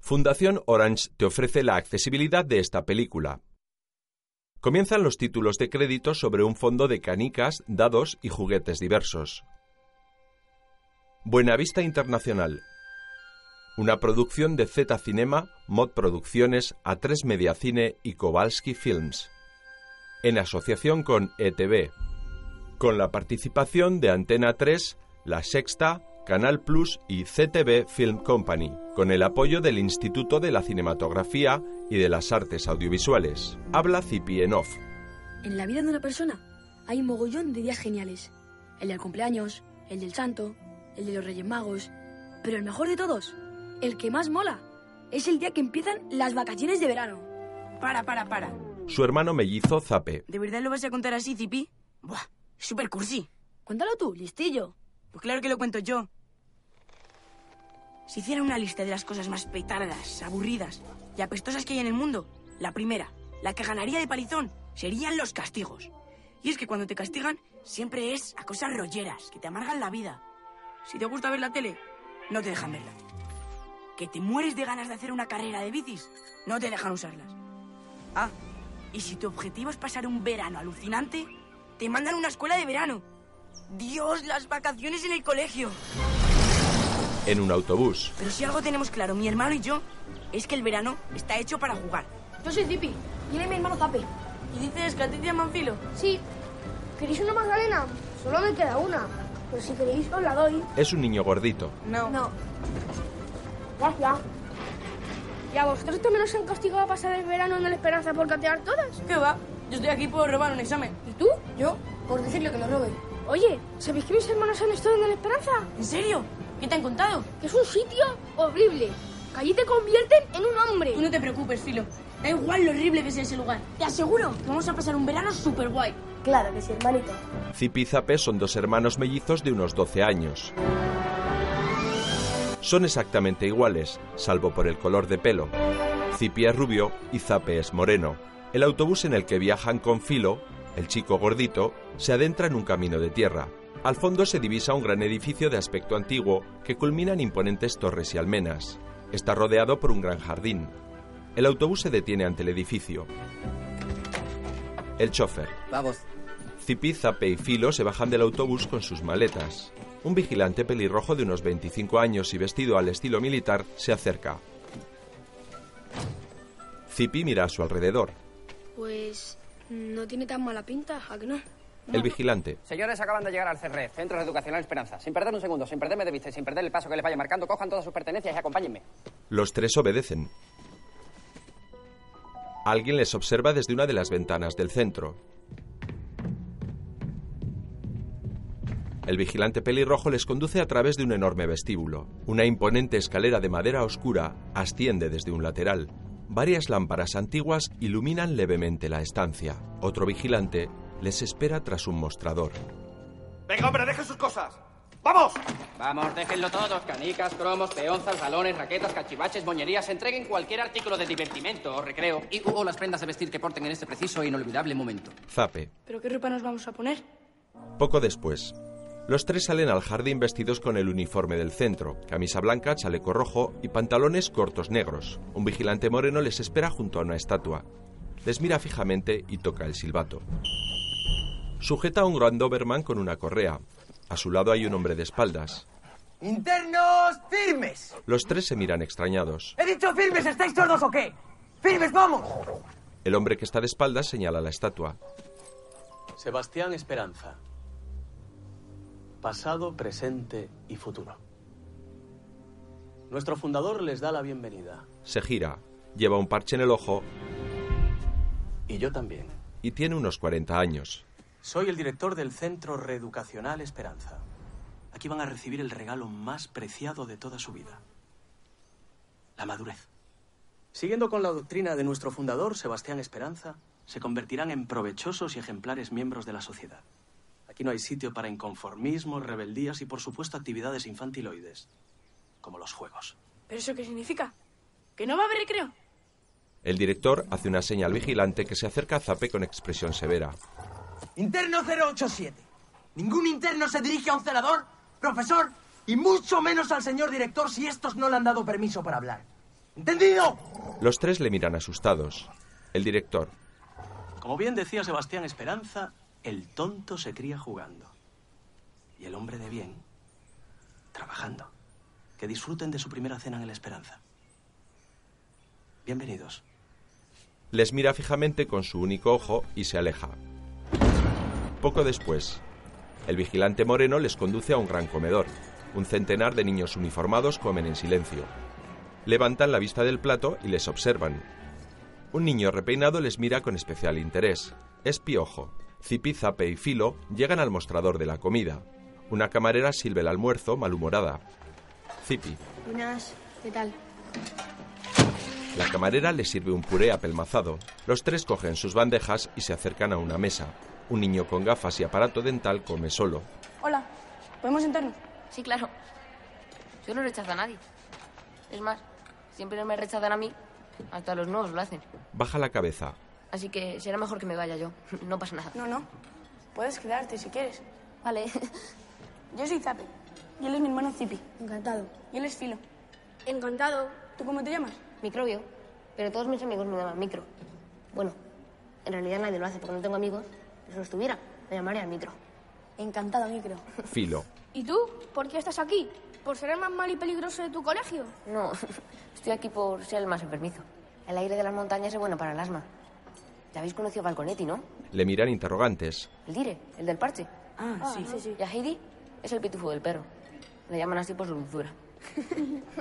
Fundación Orange te ofrece la accesibilidad de esta película. Comienzan los títulos de crédito sobre un fondo de canicas, dados y juguetes diversos. Buenavista Internacional. Una producción de Z Cinema, Mod Producciones, A3 Media Cine y Kowalski Films. En asociación con E ETV. Con la participación de Antena 3, La Sexta, Canal Plus y CTV Film Company, con el apoyo del Instituto de la Cinematografía y de las Artes Audiovisuales. Habla Cipienov. En la vida de una persona hay un mogollón de días geniales. El del cumpleaños, el del santo, el de los Reyes Magos. Pero el mejor de todos, el que más mola, es el día que empiezan las vacaciones de verano. Para, para, para. Su hermano mellizo Zape. ¿De verdad lo vas a contar así, Zipi? Buah, super cursi. Cuéntalo tú, listillo. Pues claro que lo cuento yo. Si hiciera una lista de las cosas más petardas, aburridas y apestosas que hay en el mundo, la primera, la que ganaría de palizón, serían los castigos. Y es que cuando te castigan, siempre es a cosas rolleras, que te amargan la vida. Si te gusta ver la tele, no te dejan verla. Que te mueres de ganas de hacer una carrera de bicis, no te dejan usarlas. Ah, y si tu objetivo es pasar un verano alucinante, te mandan a una escuela de verano. Dios, las vacaciones en el colegio. En un autobús. Pero si algo tenemos claro, mi hermano y yo, es que el verano está hecho para jugar. Yo soy Zipi y él es mi hermano Zape. Y dices que a ti te llaman filo. Sí. ¿Queréis una magdalena? Solo me queda una. Pero si queréis os la doy. Es un niño gordito. No. No. Gracias. ¿Y a vosotros también os han castigado a pasar el verano en la esperanza por catear todas? ¿Qué va? Yo estoy aquí por robar un examen. ¿Y tú? Yo, por decirle que lo robe. Oye, ¿sabéis que mis hermanos han estado en la esperanza? ¿En serio? ¿Qué te han contado? Que es un sitio horrible. Que allí te convierten en un hombre. Tú no te preocupes, Filo. Da igual lo horrible que sea ese lugar. Te aseguro que vamos a pasar un verano súper guay. Claro que sí, hermanito. Zipi y Zape son dos hermanos mellizos de unos 12 años. Son exactamente iguales, salvo por el color de pelo. Zipi es rubio y Zape es moreno. El autobús en el que viajan con Filo, el chico gordito, se adentra en un camino de tierra. Al fondo se divisa un gran edificio de aspecto antiguo que culminan imponentes torres y almenas. Está rodeado por un gran jardín. El autobús se detiene ante el edificio. El chofer. Vamos. Zipi, Zape y Filo se bajan del autobús con sus maletas. Un vigilante pelirrojo de unos 25 años y vestido al estilo militar se acerca. Zipi mira a su alrededor. Pues no tiene tan mala pinta, ¿a que no? El vigilante. Señores, acaban de llegar al CERRE, Centro Educacional Esperanza. Sin perder un segundo, sin perderme de vista y sin perder el paso que les vaya marcando, cojan todas sus pertenencias y acompáñenme. Los tres obedecen. Alguien les observa desde una de las ventanas del centro. El vigilante pelirrojo les conduce a través de un enorme vestíbulo. Una imponente escalera de madera oscura asciende desde un lateral. Varias lámparas antiguas iluminan levemente la estancia. Otro vigilante les espera tras un mostrador. Venga, hombre, deje sus cosas. ¡Vamos! Vamos, déjenlo todos. Canicas, cromos, peonzas, balones, raquetas, cachivaches, moñerías. Entreguen cualquier artículo de divertimento o recreo. Y o las prendas de vestir que porten en este preciso e inolvidable momento. Zape. ¿Pero qué ropa nos vamos a poner? Poco después, los tres salen al jardín vestidos con el uniforme del centro, camisa blanca, chaleco rojo y pantalones cortos negros. Un vigilante moreno les espera junto a una estatua. Les mira fijamente y toca el silbato. Sujeta a un gran Doberman con una correa. A su lado hay un hombre de espaldas. ¡Internos firmes! Los tres se miran extrañados. ¡He dicho firmes! ¿Estáis sordos o qué? ¡Firmes, vamos! El hombre que está de espaldas señala la estatua. Sebastián Esperanza. Pasado, presente y futuro. Nuestro fundador les da la bienvenida. Se gira, lleva un parche en el ojo Y yo también. y tiene unos 40 años. Soy el director del Centro Reeducacional Esperanza. Aquí van a recibir el regalo más preciado de toda su vida. La madurez. Siguiendo con la doctrina de nuestro fundador, Sebastián Esperanza, se convertirán en provechosos y ejemplares miembros de la sociedad. Aquí no hay sitio para inconformismos, rebeldías y, por supuesto, actividades infantiloides, como los juegos. ¿Pero eso qué significa? ¿Que no va a haber recreo? El director hace una seña al vigilante que se acerca a Zape con expresión severa. Interno 087. Ningún interno se dirige a un celador, profesor, y mucho menos al señor director si estos no le han dado permiso para hablar. ¿Entendido? Los tres le miran asustados. El director. Como bien decía Sebastián Esperanza, el tonto se cría jugando. Y el hombre de bien, trabajando. Que disfruten de su primera cena en el Esperanza. Bienvenidos. Les mira fijamente con su único ojo y se aleja. Poco después, el vigilante moreno les conduce a un gran comedor. Un centenar de niños uniformados comen en silencio. Levantan la vista del plato y les observan. Un niño repeinado les mira con especial interés. Es piojo. Zipi, Zape y Filo llegan al mostrador de la comida. Una camarera sirve el almuerzo malhumorada. Zipi. Buenas, ¿qué tal? La camarera les sirve un puré apelmazado. Los tres cogen sus bandejas y se acercan a una mesa. Un niño con gafas y aparato dental come solo. Hola, ¿podemos sentarnos? Sí, claro. Yo no rechazo a nadie. Es más, siempre me rechazan a mí, hasta los nuevos lo hacen. Baja la cabeza. Así que será mejor que me vaya yo. No pasa nada. No, no. Puedes quedarte si quieres. Vale. Yo soy Zape. Y él es mi hermano Zipi. Encantado. Y él es Filo. Encantado. ¿Tú cómo te llamas? Microbio. Pero todos mis amigos me llaman micro. Bueno, en realidad nadie lo hace porque no tengo amigos. Si los tuviera, me llamaría micro. Encantado, micro. Filo. ¿Y tú? ¿Por qué estás aquí? ¿Por ser el más mal y peligroso de tu colegio? No, estoy aquí por ser el más enfermizo. El aire de las montañas es bueno para el asma. Ya habéis conocido a Balconetti, ¿no? Le miran interrogantes. El dire, el del parche. Ah, sí. Y a Heidi es el pitufo del perro. Le llaman así por su dulzura.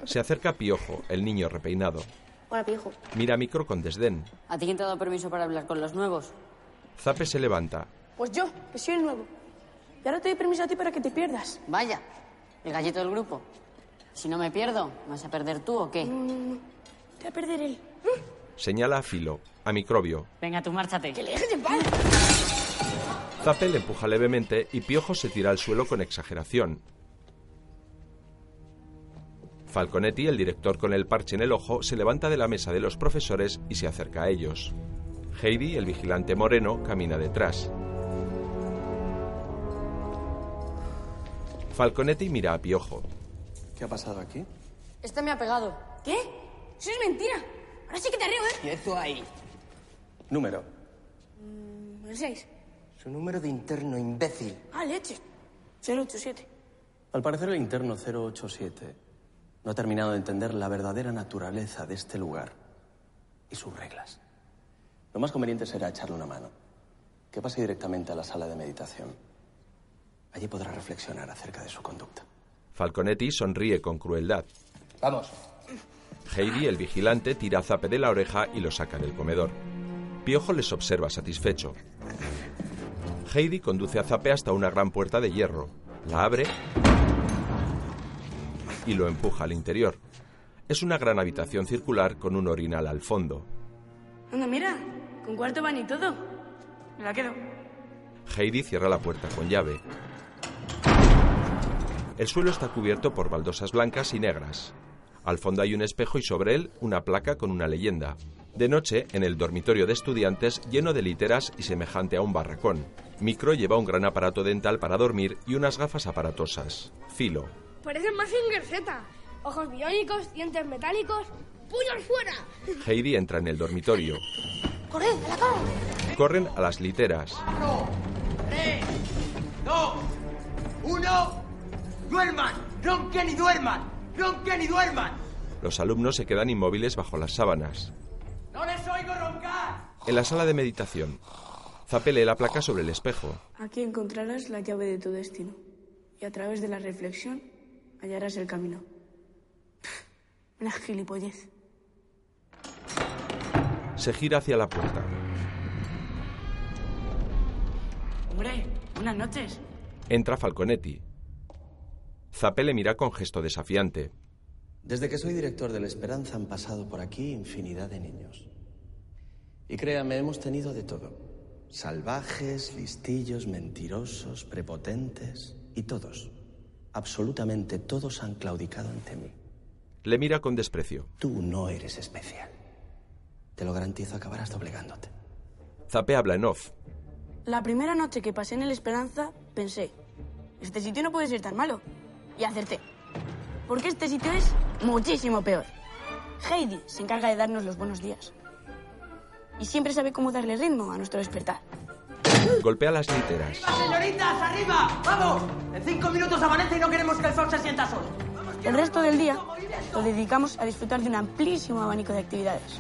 Se acerca Piojo, el niño repeinado. Hola, pijo. Mira a Micro con desdén. ¿A ti quién te ha dado permiso para hablar con los nuevos? Zape se levanta. Pues yo, que soy el nuevo. Y ahora te doy permiso a ti para que te pierdas. Vaya, el gallito del grupo. Si no me pierdo, ¿me vas a perder tú o qué? Te va a perder él. Señala a Filo, a Microbio. Venga, tú márchate. ¡Que le dejes en paz! Zape le empuja levemente y Piojo se tira al suelo con exageración. Falconetti, el director con el parche en el ojo, se levanta de la mesa de los profesores y se acerca a ellos. Heidi, el vigilante moreno, camina detrás. Falconetti mira a Piojo. ¿Qué ha pasado aquí? Este me ha pegado. ¿Qué? Eso es mentira. Ahora sí que te río, ¿eh? Quieto ahí. Número. El 6. Su número de interno, imbécil. Ah, leche. 087. Al parecer el interno 087 no ha terminado de entender la verdadera naturaleza de este lugar y sus reglas. Lo más conveniente será echarle una mano. Que pase directamente a la sala de meditación. Allí podrá reflexionar acerca de su conducta. Falconetti sonríe con crueldad. Vamos. Heidi, el vigilante, tira a Zape de la oreja y lo saca del comedor. Piojo les observa satisfecho. Heidi conduce a Zape hasta una gran puerta de hierro. La abre y lo empuja al interior. Es una gran habitación circular con un orinal al fondo. Anda, mira, con cuarto baño y todo. Me la quedo. Heidi cierra la puerta con llave. El suelo está cubierto por baldosas blancas y negras. Al fondo hay un espejo y sobre él una placa con una leyenda. De noche, en el dormitorio de estudiantes, lleno de literas y semejante a un barracón. Micro lleva un gran aparato dental para dormir y unas gafas aparatosas. Filo. Parecen más Z. Ojos biónicos, dientes metálicos. ¡Puños fuera! Heidi entra en el dormitorio. ¡Corred, a la cama! Corren a las literas. Cuatro, tres, dos, uno. ¡Duerman! ¡Ronquen y duerman! ¡Ronquen y duerman! Los alumnos se quedan inmóviles bajo las sábanas. ¡No les oigo roncar! En la sala de meditación, Zape lee la placa sobre el espejo. Aquí encontrarás la llave de tu destino. Y a través de la reflexión hallarás el camino. Una gilipollez. Se gira hacia la puerta. Hombre, buenas noches. Entra Falconetti. Zape le mira con gesto desafiante. Desde que soy director del Esperanza han pasado por aquí infinidad de niños. Y créanme, hemos tenido de todo. Salvajes, listillos, mentirosos, prepotentes y todos, absolutamente todos han claudicado ante mí. Le mira con desprecio. Tú no eres especial. Te lo garantizo, acabarás doblegándote. Zape habla en off. La primera noche que pasé en el Esperanza, pensé, este sitio no puede ser tan malo. Y acerté. Porque este sitio es muchísimo peor. Heidi se encarga de darnos los buenos días. Y siempre sabe cómo darle ritmo a nuestro despertar. Golpea las literas. Señoritas, arriba, vamos. En cinco minutos amanece y no queremos que el sol se sienta solo. El resto del día lo dedicamos a disfrutar de un amplísimo abanico de actividades.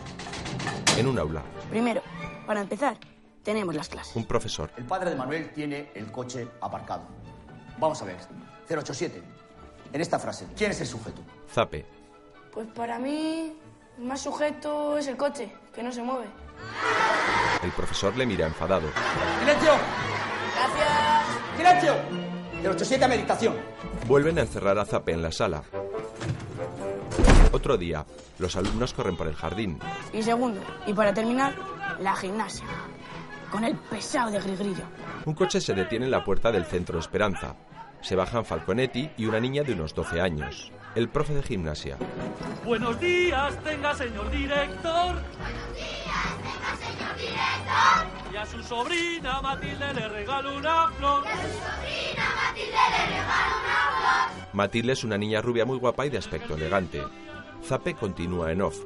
En un aula, Primero, para empezar, tenemos las clases. un profesor. El padre de Manuel tiene el coche aparcado. Vamos a ver. 087. En esta frase, ¿quién es el sujeto? Zape. Pues para mí, el más sujeto es el coche, que no se mueve. El profesor le mira enfadado. ¡Silencio! ¡Gracias! ¡Silencio! El 87 a meditación. Vuelven a encerrar a Zape en la sala. Otro día, los alumnos corren por el jardín. Y segundo, y para terminar, la gimnasia. Con el pesado de Grigrillo. Un coche se detiene en la puerta del centro Esperanza. Se bajan Falconetti y una niña de unos 12 años. El profe de gimnasia. Buenos días, tenga señor director. Buenos días, tenga señor director. Y a su sobrina Matilde le regalo una flor. Matilde es una niña rubia muy guapa y de aspecto elegante. Zape continúa en off.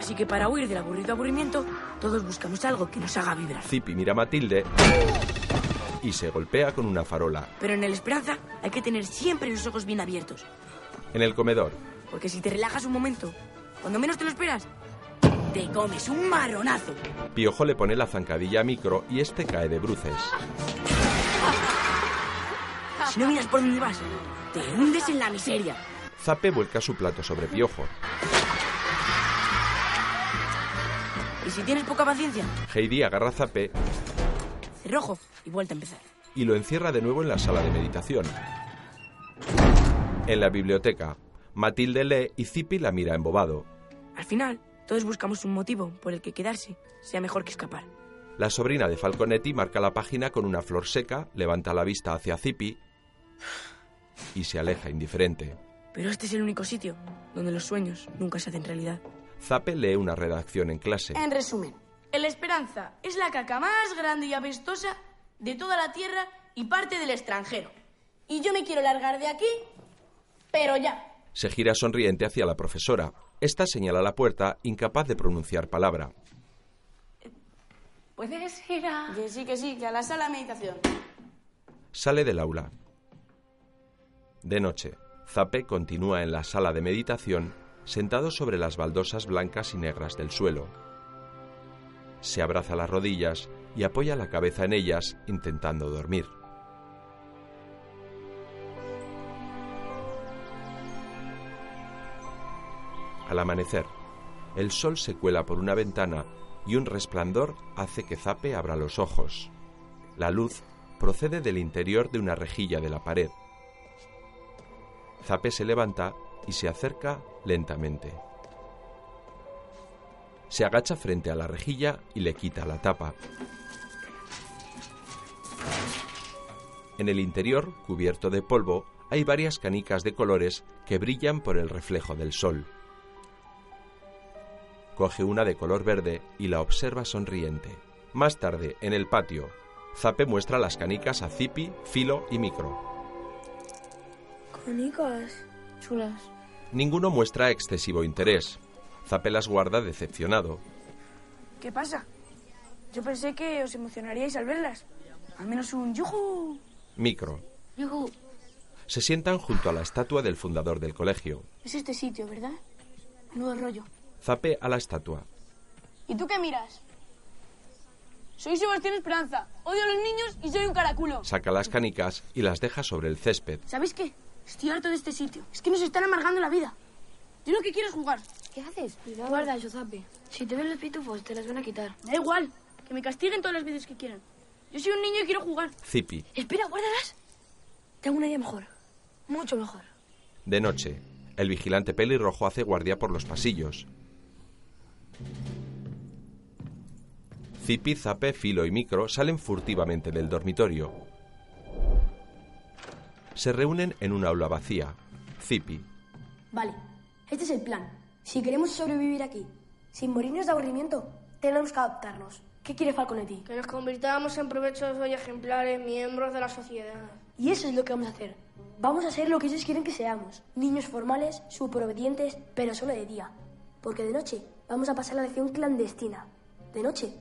Así que para huir del aburrido aburrimiento, todos buscamos algo que nos haga vibrar. Zipi mira a Matilde y se golpea con una farola. Pero en el Esperanza hay que tener siempre los ojos bien abiertos. En el comedor, Porque si te relajas un momento, cuando menos te lo esperas, te comes un marronazo. Piojo le pone la zancadilla a Micro y este cae de bruces. Si no miras por dónde vas, te hundes en la miseria. Zape vuelca su plato sobre Piojo. Y si tienes poca paciencia, Heidi agarra a Zape cerrojo y vuelta a empezar. y lo encierra de nuevo en la sala de meditación. En la biblioteca, Matilde lee y Zipi la mira embobado. Al final, todos buscamos un motivo por el que quedarse sea mejor que escapar. La sobrina de Falconetti marca la página con una flor seca, levanta la vista hacia Zipi y se aleja indiferente. Pero este es el único sitio donde los sueños nunca se hacen realidad. Zape lee una redacción en clase. En resumen, El Esperanza es la caca más grande y apestosa de toda la Tierra y parte del extranjero. y yo me quiero largar de aquí, pero ya. Se gira sonriente hacia la profesora. Esta señala la puerta, incapaz de pronunciar palabra. ¿Puedes ir a...? Que sí, que sí, que a la sala de meditación. Sale del aula. De noche, Zape continúa en la sala de meditación, sentado sobre las baldosas blancas y negras del suelo. Se abraza las rodillas y apoya la cabeza en ellas, intentando dormir. Al amanecer, el sol se cuela por una ventana y un resplandor hace que Zape abra los ojos. La luz procede del interior de una rejilla de la pared. Zape se levanta y se acerca lentamente. Se agacha frente a la rejilla y le quita la tapa. En el interior, cubierto de polvo, hay varias canicas de colores que brillan por el reflejo del sol. Coge una de color verde y la observa sonriente. Más tarde, en el patio, Zape muestra las canicas a Zipi, Filo y Micro. Canicas. Chulas. Ninguno muestra excesivo interés. Zape las guarda decepcionado. ¿Qué pasa? Yo pensé que os emocionaríais al verlas. Al menos un yuju. Micro. Yuju. Se sientan junto a la estatua del fundador del colegio. Es este sitio, ¿verdad? Nudo rollo. Zape a la estatua. ¿Y tú qué miras? Soy Sebastián Esperanza. Odio a los niños y soy un caraculo. Saca las canicas y las deja sobre el césped. ¿Sabéis qué? Estoy harto de este sitio. Es que nos están amargando la vida. Yo lo que quiero es jugar. ¿Qué haces? Guarda eso, Zape. Si te ven los pitufos, te las van a quitar. Da igual. Que me castiguen todas las veces que quieran. Yo soy un niño y quiero jugar. Zipi. Espera, guárdalas. Tengo una idea mejor. Mucho mejor. De noche, el vigilante pelirrojo hace guardia por los pasillos. Zipi, Zape, Filo y Micro salen furtivamente del dormitorio. Se reúnen en un aula vacía. Zipi, Vale, este es el plan. Si queremos sobrevivir aquí, sin morirnos de aburrimiento, tenemos que adaptarnos. ¿Qué quiere Falconetti? Que nos convirtamos en provechosos y ejemplares miembros de la sociedad. Y eso es lo que vamos a hacer. Vamos a ser lo que ellos quieren que seamos. Niños formales, superobedientes, pero solo de día. Porque de noche vamos a pasar la lección clandestina. De noche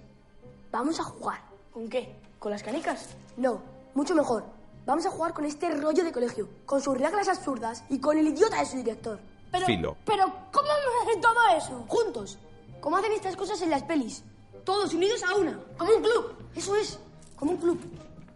vamos a jugar. ¿Con qué? ¿Con las canicas? No, mucho mejor. Vamos a jugar con este rollo de colegio, con sus reglas absurdas y con el idiota de su director. Pero- Filo. pero ¿cómo vamos a hacer todo eso? Juntos. Como hacen estas cosas en las pelis. Todos unidos a una. Como un club. Eso es, como un club.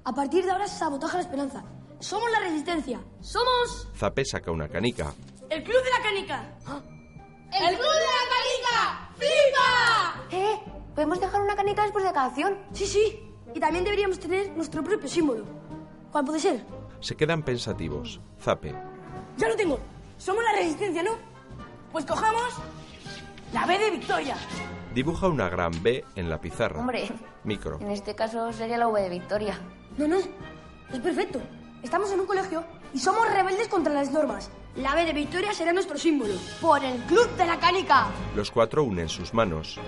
A partir de ahora sabotaja la esperanza. Somos la resistencia. Somos Zapé saca una canica. ¡El Club de la Canica! ¡El Club de la Canica! ¡Flipa! ¿Eh? ¿Podemos dejar una canica después de cada acción? Sí, sí. Y también deberíamos tener nuestro propio símbolo. ¿Cuál puede ser? Se quedan pensativos. Zape. ¡Ya lo tengo! Somos la resistencia, ¿no? Pues cojamos la B de Victoria. Dibuja una gran B en la pizarra. Hombre. Micro. En este caso sería la V de Victoria. No, no. Es perfecto. Estamos en un colegio y somos rebeldes contra las normas. La B de Victoria será nuestro símbolo. Por el Club de la Canica. Los cuatro unen sus manos.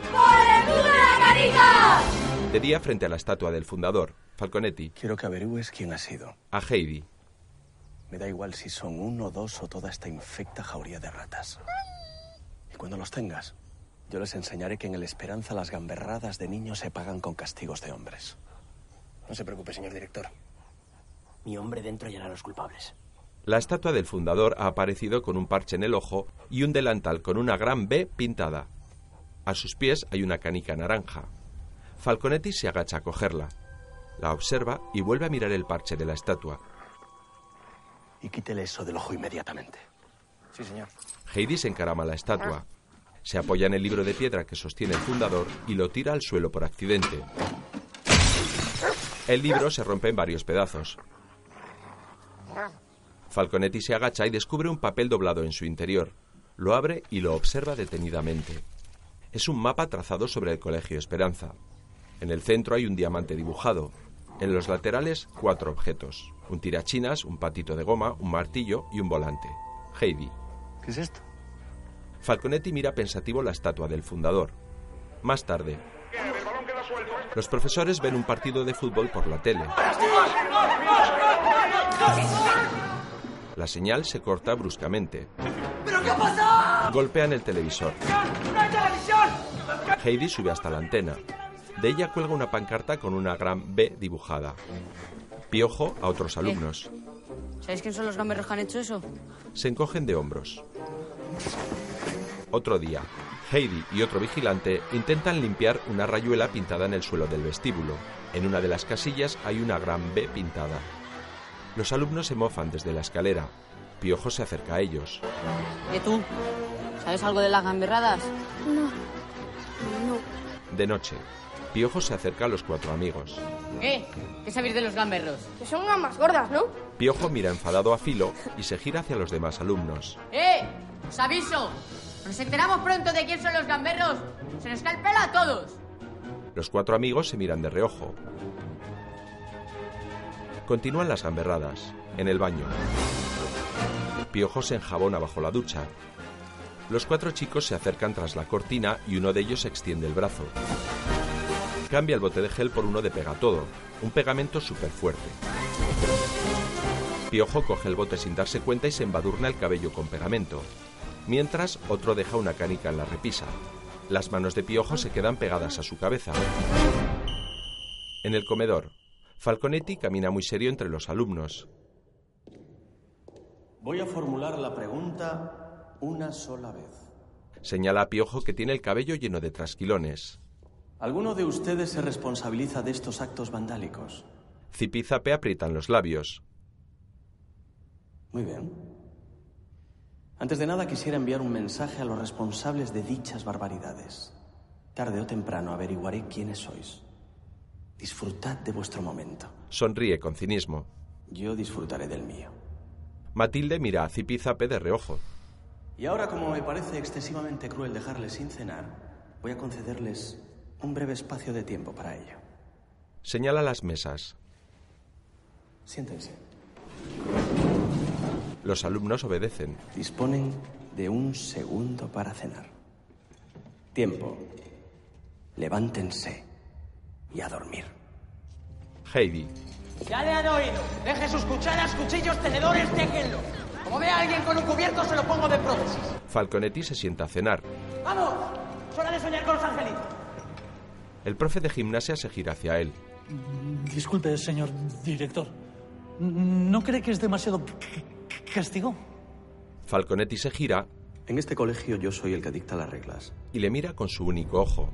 De día frente a la estatua del fundador, Falconetti. Quiero que averigües quién ha sido. A Heidi. Me da igual si son uno, dos o toda esta infecta jauría de ratas. Y cuando los tengas, yo les enseñaré que en el Esperanza las gamberradas de niños se pagan con castigos de hombres. No se preocupe, señor director. Mi hombre dentro hallará a los culpables. La estatua del fundador ha aparecido con un parche en el ojo y un delantal con una gran B pintada. A sus pies hay una canica naranja. Falconetti se agacha a cogerla. La observa y vuelve a mirar el parche de la estatua. Y quítele eso del ojo inmediatamente. Sí, señor. Heidi se encarama a la estatua. Se apoya en el libro de piedra que sostiene el fundador y lo tira al suelo por accidente. El libro se rompe en varios pedazos. Falconetti se agacha y descubre un papel doblado en su interior. Lo abre y lo observa detenidamente. Es un mapa trazado sobre el Colegio Esperanza. En el centro hay un diamante dibujado. En los laterales, cuatro objetos. Un tirachinas, un patito de goma, un martillo y un volante. Heidi. ¿Qué es esto? Falconetti mira pensativo la estatua del fundador. Más tarde. Los profesores ven un partido de fútbol por la tele. La señal se corta bruscamente. ¿Pero qué ha pasado? Golpean el televisor. ¡No hay televisión! Heidi sube hasta la antena. De ella cuelga una pancarta con una gran B dibujada. Piojo a otros alumnos. ¿Sabéis quién son los gamberros que han hecho eso? Se encogen de hombros. Otro día, Heidi y otro vigilante intentan limpiar una rayuela pintada en el suelo del vestíbulo. En una de las casillas hay una gran B pintada. Los alumnos se mofan desde la escalera. Piojo se acerca a ellos. ¿Y Eh, tú? ¿Sabes algo de las gamberradas? No. No. De noche, Piojo se acerca a los cuatro amigos. ¿Qué? ¿Qué sabéis de los gamberros? Que son gamas gordas, ¿no? Piojo mira enfadado a Filo y se gira hacia los demás alumnos. ¡Eh! ¡Os aviso! Nos enteramos pronto de quién son los gamberros. Se nos cae el pelo a todos. Los cuatro amigos se miran de reojo. Continúan las gamberradas, en el baño. Piojo se enjabona bajo la ducha. Los cuatro chicos se acercan tras la cortina y uno de ellos extiende el brazo. Cambia el bote de gel por uno de pegatodo, un pegamento súper fuerte. Piojo coge el bote sin darse cuenta y se embadurna el cabello con pegamento. Mientras, otro deja una canica en la repisa. Las manos de Piojo se quedan pegadas a su cabeza. En el comedor, Falconetti camina muy serio entre los alumnos. Voy a formular la pregunta una sola vez. Señala a Piojo que tiene el cabello lleno de trasquilones. ¿Alguno de ustedes se responsabiliza de estos actos vandálicos? Zip y Zape aprietan los labios. Muy bien. Antes de nada quisiera enviar un mensaje a los responsables de dichas barbaridades. Tarde o temprano averiguaré quiénes sois. Disfrutad de vuestro momento. Sonríe con cinismo. Yo disfrutaré del mío. Matilde mira a Zip y Zape de reojo. Y ahora, como me parece excesivamente cruel dejarles sin cenar, voy a concederles un breve espacio de tiempo para ello. Señala las mesas. Siéntense. Los alumnos obedecen. Disponen de un segundo para cenar. Tiempo. Levántense y a dormir. Heidi. Ya le han oído. Deje sus cucharas, cuchillos, tenedores, déjenlo. Como vea a alguien con un cubierto, se lo pongo de prótesis. Falconetti se sienta a cenar. ¡Vamos! Es hora de soñar con los angelitos. El profe de gimnasia se gira hacia él. Disculpe, señor director. ¿No cree que es demasiado c- c- castigo? Falconetti se gira En este colegio yo soy el que dicta las reglas. y le mira con su único ojo.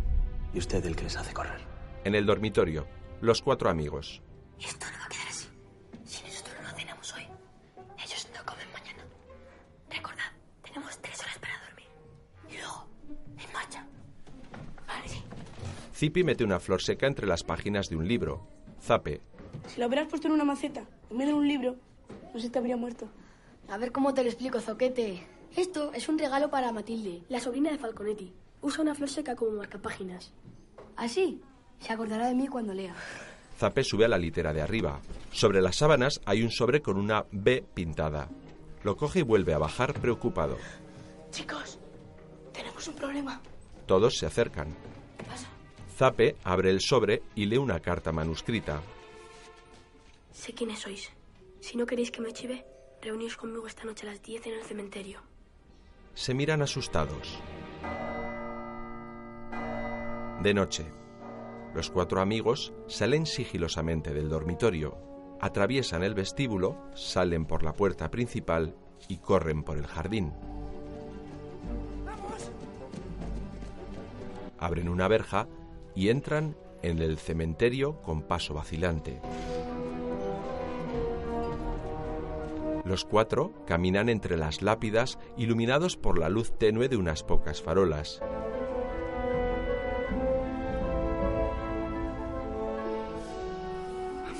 Y usted el que les hace correr. En el dormitorio, los cuatro amigos. Esto no va a quedar así. Si nosotros no cenamos hoy, ellos no comen mañana. Recordad, tenemos tres horas para dormir. Y luego, en marcha. Vale. Zipi mete una flor seca entre las páginas de un libro. Zape. Si lo hubieras puesto en una maceta, en vez de en un libro, no se te habría muerto. A ver cómo te lo explico, Zoquete. Esto es un regalo para Matilde, la sobrina de Falconetti. Usa una flor seca como marcapáginas. Así, se acordará de mí cuando lea. Zape sube a la litera de arriba. Sobre las sábanas hay un sobre con una B pintada. Lo coge y vuelve a bajar preocupado. Chicos, tenemos un problema. Todos se acercan. ¿Qué pasa? Zape abre el sobre y lee una carta manuscrita. Sé quiénes sois. Si no queréis que me chive, reuníos conmigo esta noche a las 10 en el cementerio. Se miran asustados. De noche, los cuatro amigos salen sigilosamente del dormitorio, atraviesan el vestíbulo, salen por la puerta principal y corren por el jardín. Abren una verja y entran en el cementerio con paso vacilante. Los cuatro caminan entre las lápidas iluminados por la luz tenue de unas pocas farolas.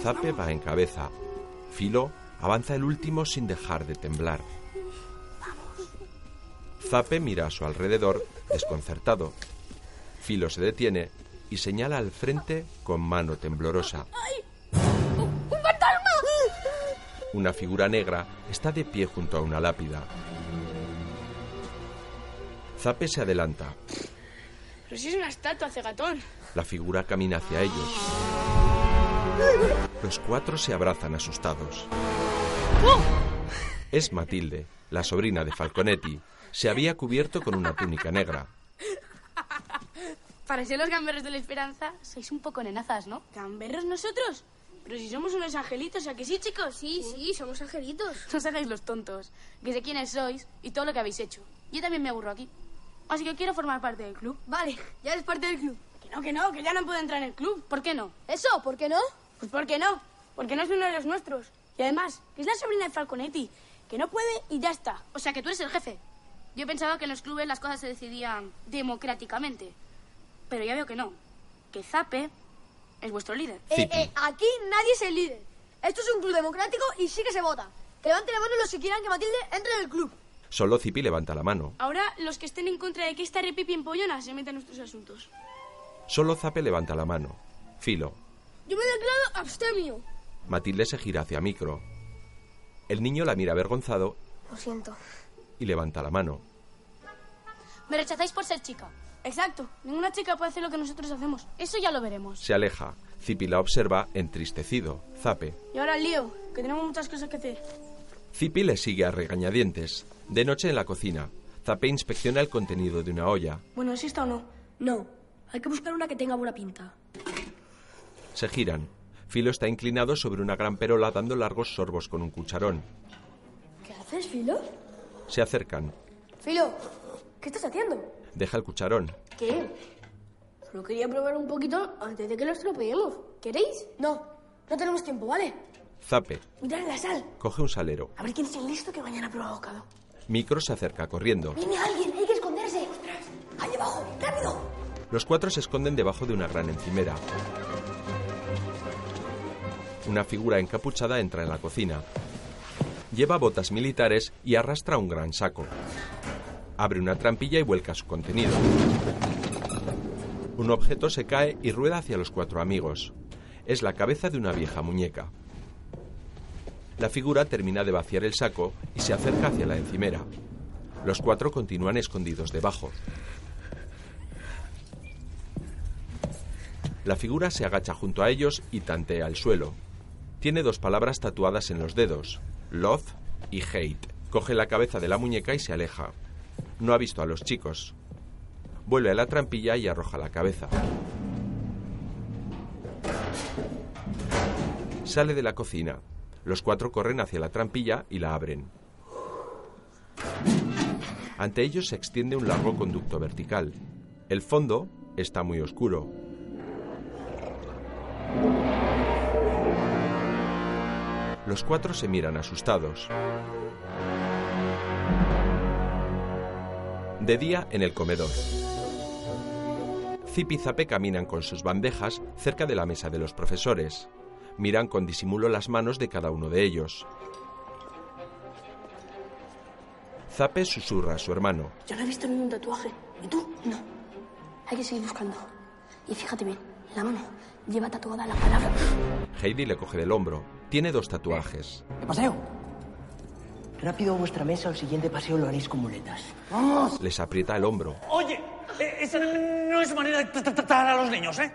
Zape va en cabeza. Filo avanza el último sin dejar de temblar. Zape mira a su alrededor, desconcertado. Filo se detiene y señala al frente con mano temblorosa. ¡Un fantasma! Una figura negra está de pie junto a una lápida. Zape se adelanta. Pero si es una estatua, cegatón. La figura camina hacia ellos. Los cuatro se abrazan asustados. Es Matilde, la sobrina de Falconetti. Se había cubierto con una túnica negra. Para ser los gamberros de la esperanza, sois un poco nenazas, ¿no? ¿Gamberros nosotros? Pero si somos unos angelitos, ¿a que sí, chicos? Sí, sí, somos angelitos. No os hagáis los tontos, que sé quiénes sois y todo lo que habéis hecho. Yo también me aburro aquí. Así que quiero formar parte del club. Vale, ya eres parte del club. Que no, que no, que ya no puedo entrar en el club. ¿Por qué no? ¿Eso? ¿Por qué no? Pues ¿por qué no? Porque no es uno de los nuestros. Y además, que es la sobrina de Falconetti, que no puede y ya está. O sea, que tú eres el jefe. Yo pensaba que en los clubes las cosas se decidían democráticamente. Pero ya veo que no. Que Zape es vuestro líder. Zipi. Eh, aquí nadie es el líder. Esto es un club democrático y sí que se vota. Que levanten la mano los que quieran que Matilde entre en el club. Solo Zipi levanta la mano. Ahora, los que estén en contra de que esta repipi empollona se meta en nuestros asuntos. Solo Zape levanta la mano. Filo. Yo me declaro abstemio. Matilde se gira hacia Micro. El niño la mira avergonzado Lo siento. y levanta la mano. Me rechazáis por ser chica. Exacto. Ninguna chica puede hacer lo que nosotros hacemos. Eso ya lo veremos. Se aleja. Zipi la observa entristecido. Zape. Y ahora el lío, que tenemos muchas cosas que hacer. Zipi le sigue a regañadientes. De noche en la cocina, Zape inspecciona el contenido de una olla. Bueno, ¿es esta o no? No. Hay que buscar una que tenga buena pinta. Se giran. Filo está inclinado sobre una gran perola dando largos sorbos con un cucharón. ¿Qué haces, Filo? Se acercan. Filo, ¿qué estás haciendo? Deja el cucharón. ¿Qué? Solo quería probar un poquito antes de que lo estropeemos. ¿Queréis? No, no tenemos tiempo, ¿vale? Zape. Mirad la sal. Coge un salero. A ver quién es el listo que mañana prueba bocado. Micro se acerca corriendo. ¡Viene alguien! ¡Hay que esconderse! ¡Ostras! ¡Ahí abajo! ¡Rápido! Los cuatro se esconden debajo de una gran encimera. Una figura encapuchada entra en la cocina. Lleva botas militares y arrastra un gran saco. Abre una trampilla y vuelca su contenido. Un objeto se cae y rueda hacia los cuatro amigos. Es la cabeza de una vieja muñeca. La figura termina de vaciar el saco y se acerca hacia la encimera. Los cuatro continúan escondidos debajo. La figura se agacha junto a ellos y tantea el suelo. Tiene dos palabras tatuadas en los dedos, love y hate. Coge la cabeza de la muñeca y se aleja. No ha visto a los chicos. vuelve a la trampilla y arroja la cabeza. Sale de la cocina. Los cuatro corren hacia la trampilla y la abren. Ante ellos se extiende un largo conducto vertical. El fondo está muy oscuro. Los cuatro se miran asustados. De día en el comedor. Zip y Zape caminan con sus bandejas cerca de la mesa de los profesores. Miran con disimulo las manos de cada uno de ellos. Zape susurra a su hermano. Yo no he visto ningún tatuaje. ¿Y tú? No. Hay que seguir buscando. Y fíjate bien, la mano lleva tatuada la palabra. Heidi le coge del hombro. Tiene dos tatuajes. ¡De paseo! Rápido a vuestra mesa, el siguiente paseo lo haréis con muletas. Les aprieta el hombro. Oye, eh, esa no es manera de tra- tra- tratar a los niños, ¿eh?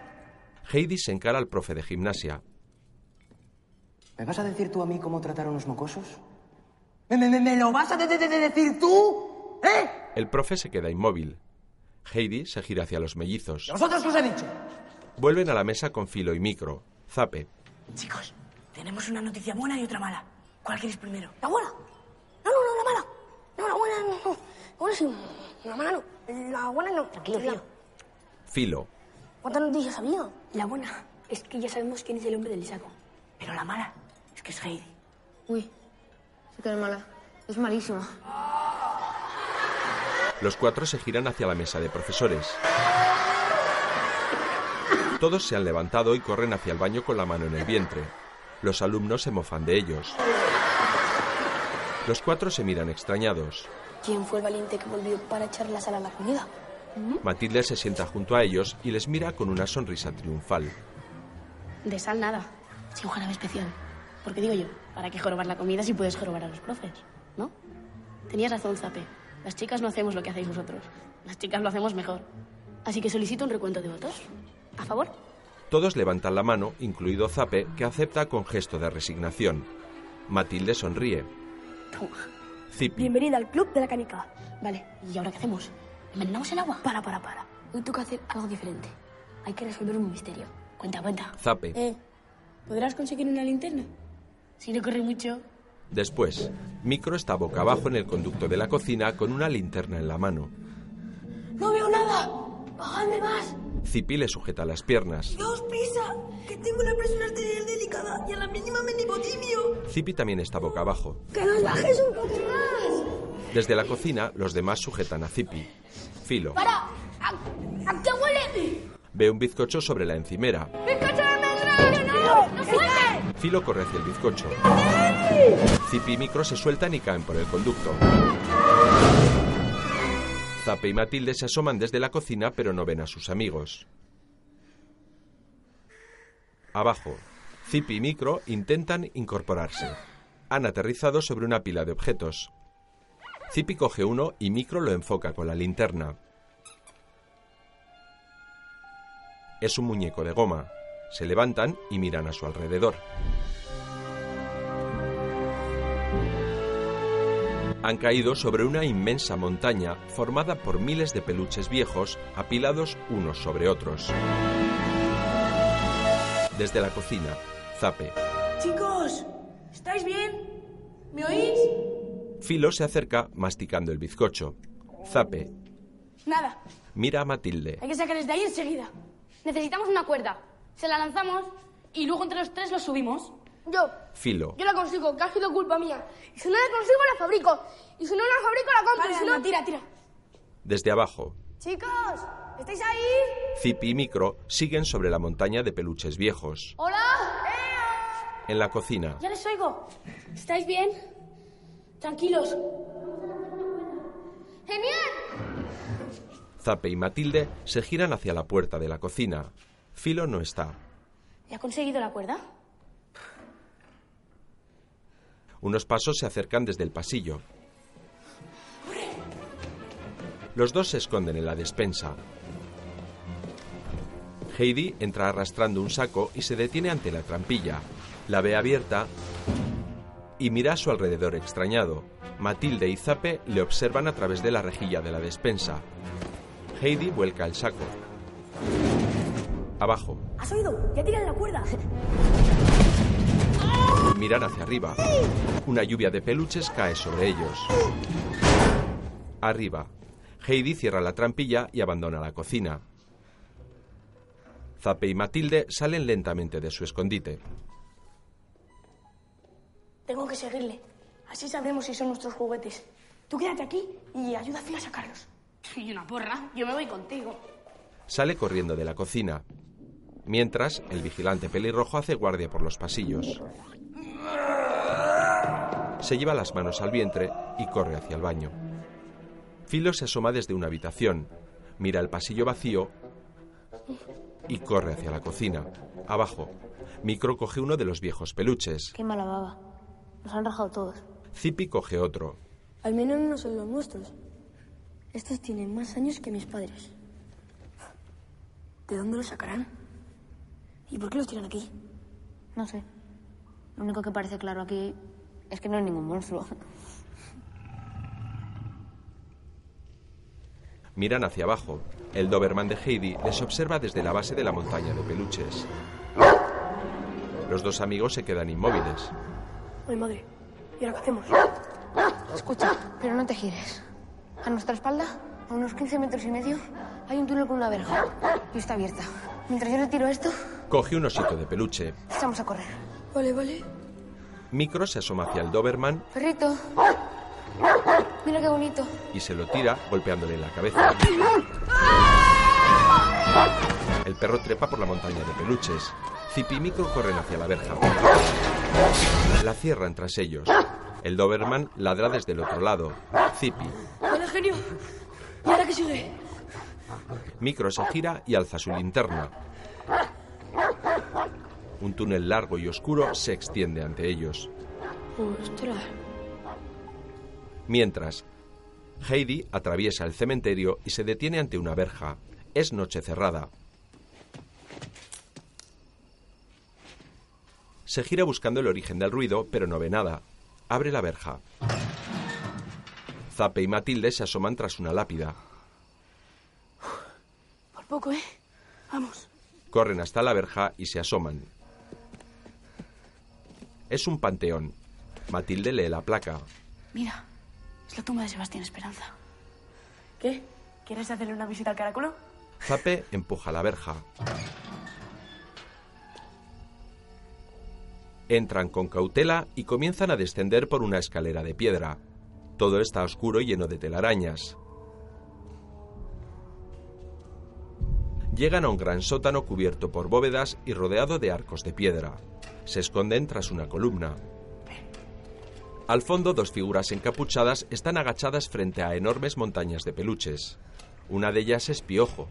Heidi se encara al profe de gimnasia. ¿Me vas a decir tú a mí cómo tratar a unos mocosos? ¿Me, me- me- me lo vas a de- de- de- de decir tú? ¿Eh? El profe se queda inmóvil. Heidi se gira hacia los mellizos. ¿Vosotros qué os he dicho? Vuelven a la mesa con filo y micro. Zape. Chicos, tenemos una noticia buena y otra mala. ¿Cuál queréis primero? ¡La buena! No, no, no, la mala. No, la buena no. La buena sí. La mala no. La buena no. Tranquilo, tío. Filo. ¿Cuántas noticias ha habido? La buena es que ya sabemos quién es el hombre del saco. Pero la mala es que es Heidi. Uy, sí que es mala. Es malísima. Los cuatro se giran hacia la mesa de profesores. Todos se han levantado y corren hacia el baño con la mano en el vientre. Los alumnos se mofan de ellos. Los cuatro se miran extrañados. ¿Quién fue el valiente que volvió para echar la sal a la comida? Matilde se sienta junto a ellos y les mira con una sonrisa triunfal. De sal nada. Sin jarabe especial. Porque digo yo, ¿para qué jorobar la comida si puedes jorobar a los profes? ¿No? Tenías razón, Zape. Las chicas no hacemos lo que hacéis vosotros. Las chicas lo hacemos mejor. Así que solicito un recuento de votos. ¿A favor? Todos levantan la mano, incluido Zape, que acepta con gesto de resignación. Matilde sonríe. Zipi. Bienvenida al club de la canica. Vale, ¿y ahora qué hacemos? ¿Envenenamos el agua? Para, para, para. Hoy toca hacer algo diferente. Hay que resolver un misterio. Cuenta, cuenta. Zape. Eh, ¿podrás conseguir una linterna? Si no corre mucho. Después, Micro está boca abajo en el conducto de la cocina con una linterna en la mano. ¡No veo nada! ¡Bajadme más! Zipi le sujeta las piernas. ¡Dios, pisa! ¡Que tengo una presión arterial delicada y a la mínima me hipotimio! Zipi también está boca abajo. ¡Que nos bajes un poco más! Desde la cocina, los demás sujetan a Zipi. Filo. ¡Para! ¿A, a qué huele? Ve un bizcocho sobre la encimera. ¡Bizcocho de almendra! ¡No! ¡No sueltes! Filo corre hacia el bizcocho. Zipi y Micro se sueltan y caen por el conducto. Zape y Matilde se asoman desde la cocina pero no ven a sus amigos. Abajo, Zipi y Micro intentan incorporarse. Han aterrizado sobre una pila de objetos. Zipi coge uno y Micro lo enfoca con la linterna. Es un muñeco de goma. Se levantan y miran a su alrededor. Han caído sobre una inmensa montaña formada por miles de peluches viejos apilados unos sobre otros. Desde la cocina, Zape. Chicos, ¿estáis bien? ¿Me oís? Filo se acerca masticando el bizcocho. Zape. Nada. Mira a Matilde. Hay que sacarles de ahí enseguida. Necesitamos una cuerda. Se la lanzamos y luego entre los tres los subimos. Yo, Filo. yo la consigo, que ha sido culpa mía. Y si no la consigo, la fabrico. Y si no la fabrico, la compro. y si no, tira, tira. Desde abajo, Chicos, ¿estáis ahí? Zipi y Micro siguen sobre la montaña de peluches viejos. ¡Hola! En la cocina, Ya les oigo. ¿Estáis bien? Tranquilos. ¡Genial! Zape y Matilde se giran hacia la puerta de la cocina. Filo no está. ¿Ya ha conseguido la cuerda? Unos pasos se acercan desde el pasillo. Los dos se esconden en la despensa. Heidi entra arrastrando un saco y se detiene ante la trampilla. La ve abierta y mira a su alrededor extrañado. Matilde y Zape le observan a través de la rejilla de la despensa. Heidi vuelca el saco. Abajo. ¿Has oído? Ya tiran la cuerda. Miran hacia arriba. Una lluvia de peluches cae sobre ellos. Arriba. Heidi cierra la trampilla y abandona la cocina. Zape y Matilde salen lentamente de su escondite. Tengo que seguirle. Así sabremos si son nuestros juguetes. Tú quédate aquí y ayuda a Phil a sacarlos. Y una porra, yo me voy contigo. Sale corriendo de la cocina. Mientras, el vigilante pelirrojo hace guardia por los pasillos. Se lleva las manos al vientre y corre hacia el baño. Filo se asoma desde una habitación, mira el pasillo vacío y corre hacia la cocina. Abajo, Micro coge uno de los viejos peluches. Qué mala baba. Nos han rajado todos. Zippy coge otro. Al menos no son los nuestros. Estos tienen más años que mis padres. ¿De dónde lo sacarán? ¿Y por qué los tiran aquí? No sé. Lo único que parece claro aquí es que no hay ningún monstruo. Miran hacia abajo. El Doberman de Heidi les observa desde la base de la montaña de peluches. Los dos amigos se quedan inmóviles. Ay, madre. ¿Y ahora qué hacemos? Escucha, pero no te gires. A nuestra espalda, a unos 15 metros y medio, hay un túnel con una verja. Y está abierta. Mientras yo retiro esto, Coge un osito de peluche. echamos a correr. Vale, vale. Micro se asoma hacia el Doberman Perrito. Mira qué bonito. y se lo tira golpeándole en la cabeza. El perro trepa por la montaña de peluches. Zip y Micro corren hacia la verja. La cierran tras ellos. El Doberman ladra desde el otro lado. Zippy. ¡Hola, genio! ¿Y ahora qué sigue? Micro se gira y alza su linterna. Un túnel largo y oscuro se extiende ante ellos. Ostras. Mientras, Heidi atraviesa el cementerio y se detiene ante una verja. Es noche cerrada. Se gira buscando el origen del ruido, pero no ve nada. Abre la verja. Zape y Matilde se asoman tras una lápida. Por poco, ¿eh? Vamos. Corren hasta la verja y se asoman. Es un panteón. Matilde lee la placa. Mira, es la tumba de Sebastián Esperanza. ¿Qué? ¿Quieres hacerle una visita al caraculo? Zape empuja la verja. Entran con cautela y comienzan a descender por una escalera de piedra. Todo está oscuro y lleno de telarañas. Llegan a un gran sótano cubierto por bóvedas y rodeado de arcos de piedra. Se esconden tras una columna. Al fondo, dos figuras encapuchadas están agachadas frente a enormes montañas de peluches. Una de ellas es Piojo.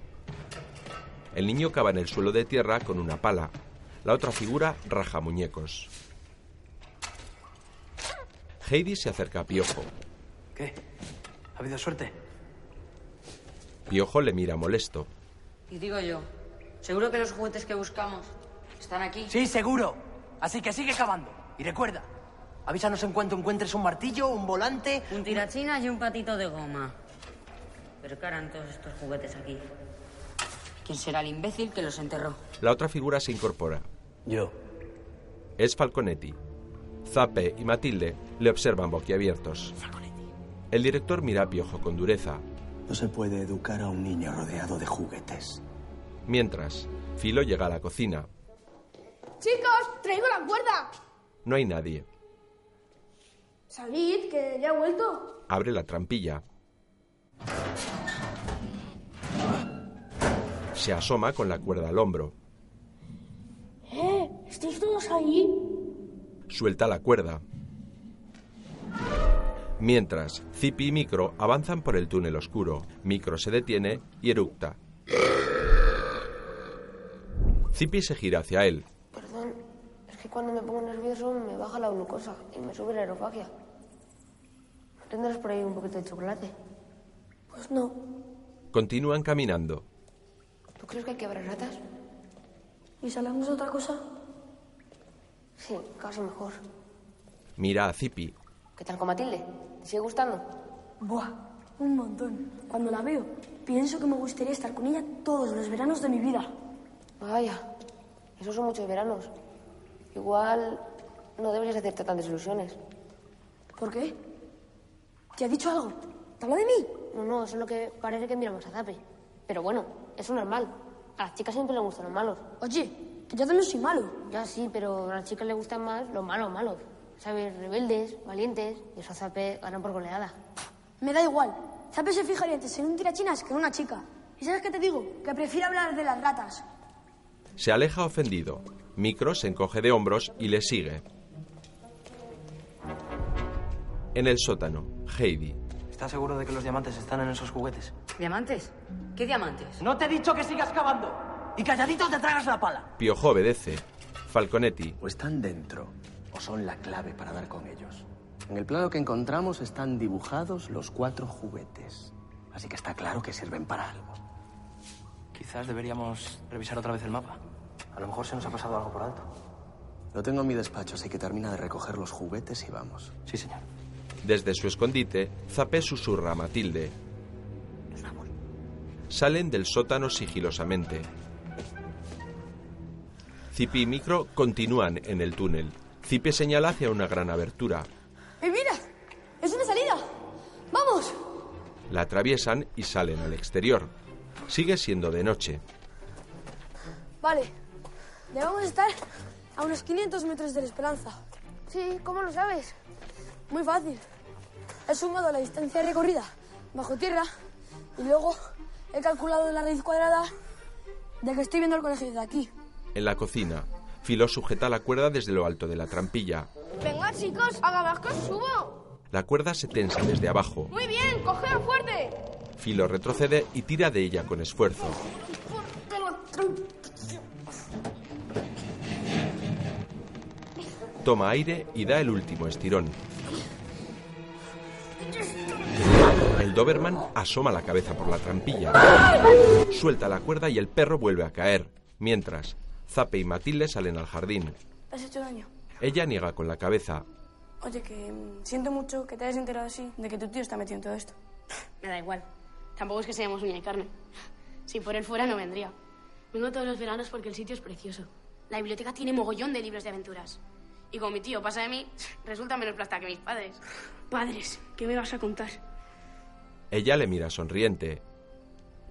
El niño cava en el suelo de tierra con una pala. La otra figura raja muñecos. Heidi se acerca a Piojo. ¿Qué? ¿Ha habido suerte? Piojo le mira molesto. Y digo yo, seguro que los juguetes que buscamos están aquí. Sí, seguro. Así que sigue cavando. Y recuerda, avísanos en cuanto encuentres un martillo, un volante... Un tirachina y un patito de goma. Pero ¿qué harán todos estos juguetes aquí? ¿Quién será el imbécil que los enterró? La otra figura se incorpora. Yo. Es Falconetti. Zape y Matilde le observan boquiabiertos. El director mira a Piojo con dureza. No se puede educar a un niño rodeado de juguetes. Mientras, Filo llega a la cocina. Chicos, traigo la cuerda. No hay nadie. Salid, que ya he vuelto. Abre la trampilla. Se asoma con la cuerda al hombro. Eh, ¿estáis todos ahí? Suelta la cuerda. Mientras, Zippy y Micro avanzan por el túnel oscuro. Micro se detiene y eructa. Zippy se gira hacia él. Perdón, es que cuando me pongo nervioso me baja la glucosa y me sube la aerofagia. ¿Tendrás por ahí un poquito de chocolate? Pues no. Continúan caminando. ¿Tú crees que hay que habrá ratas? ¿Y salamos otra cosa? Sí, casi mejor. Mira a Zippy. ¿Qué tal con Matilde? ¿Te sigue gustando? Buah, Un montón. Cuando la veo, pienso que me gustaría estar con ella todos los veranos de mi vida. Vaya, esos son muchos veranos. Igual no deberías hacerte tantas ilusiones. ¿Por qué? ¿Te ha dicho algo? ¿Te habla de mí? No, no, solo que parece que miramos a Zape. Pero bueno, es normal. A las chicas siempre les gustan los malos. Oye, que yo también soy malo. Ya sí, pero a las chicas les gustan más los malos malos. ¿Sabes? Rebeldes, valientes, y eso Zape ganan por goleada. Me da igual. Zape se fijaría antes en un tirachinas que en una chica. ¿Y sabes qué te digo? Que prefiero hablar de las ratas. Se aleja ofendido. Micro se encoge de hombros y le sigue. En el sótano, Heidi. ¿Estás seguro de que los diamantes están en esos juguetes? ¿Diamantes? ¿Qué diamantes? No te he dicho que sigas cavando. Y calladito te tragas la pala. Piojo obedece. Falconetti. O están dentro, o son la clave para dar con ellos. En el plano que encontramos están dibujados los cuatro juguetes. Así que está claro que sirven para algo. Quizás deberíamos revisar otra vez el mapa. A lo mejor se nos ha pasado algo por alto. Lo tengo en mi despacho, así que termina de recoger los juguetes y vamos. Sí, señor. Desde su escondite, Zapé susurra a Matilde. Salen del sótano sigilosamente. Zipi y Micro continúan en el túnel. Zipi señala hacia una gran abertura. ¡Eh, mira! ¡Es una salida! ¡Vamos! La atraviesan y salen al exterior. Sigue siendo de noche. Vale, debemos estar a unos 500 metros de la Esperanza. Sí, ¿cómo lo sabes? Muy fácil. He sumado la distancia recorrida bajo tierra y luego he calculado la raíz cuadrada de que estoy viendo el colegio desde aquí. En la cocina, Filo sujeta la cuerda desde lo alto de la trampilla. Venga, chicos, haga más que os subo. La cuerda se tensa desde abajo. Muy bien, cogeo fuerte. Filo retrocede y tira de ella con esfuerzo. Toma aire y da el último estirón. El Doberman asoma la cabeza por la trampilla. Suelta la cuerda y el perro vuelve a caer. Mientras, Zape y Matilde salen al jardín. ¿Te has hecho daño? Ella niega con la cabeza. Oye, que mm, siento mucho que te hayas enterado así de que tu tío está metido en todo esto. Me da igual. Tampoco es que seamos uña y carne. Si por él fuera, no vendría. Vengo todos los veranos porque el sitio es precioso. La biblioteca tiene mogollón de libros de aventuras. Y como mi tío pasa de mí, resulta menos plasta que mis padres. Padres, ¿qué me vas a contar? Ella le mira sonriente.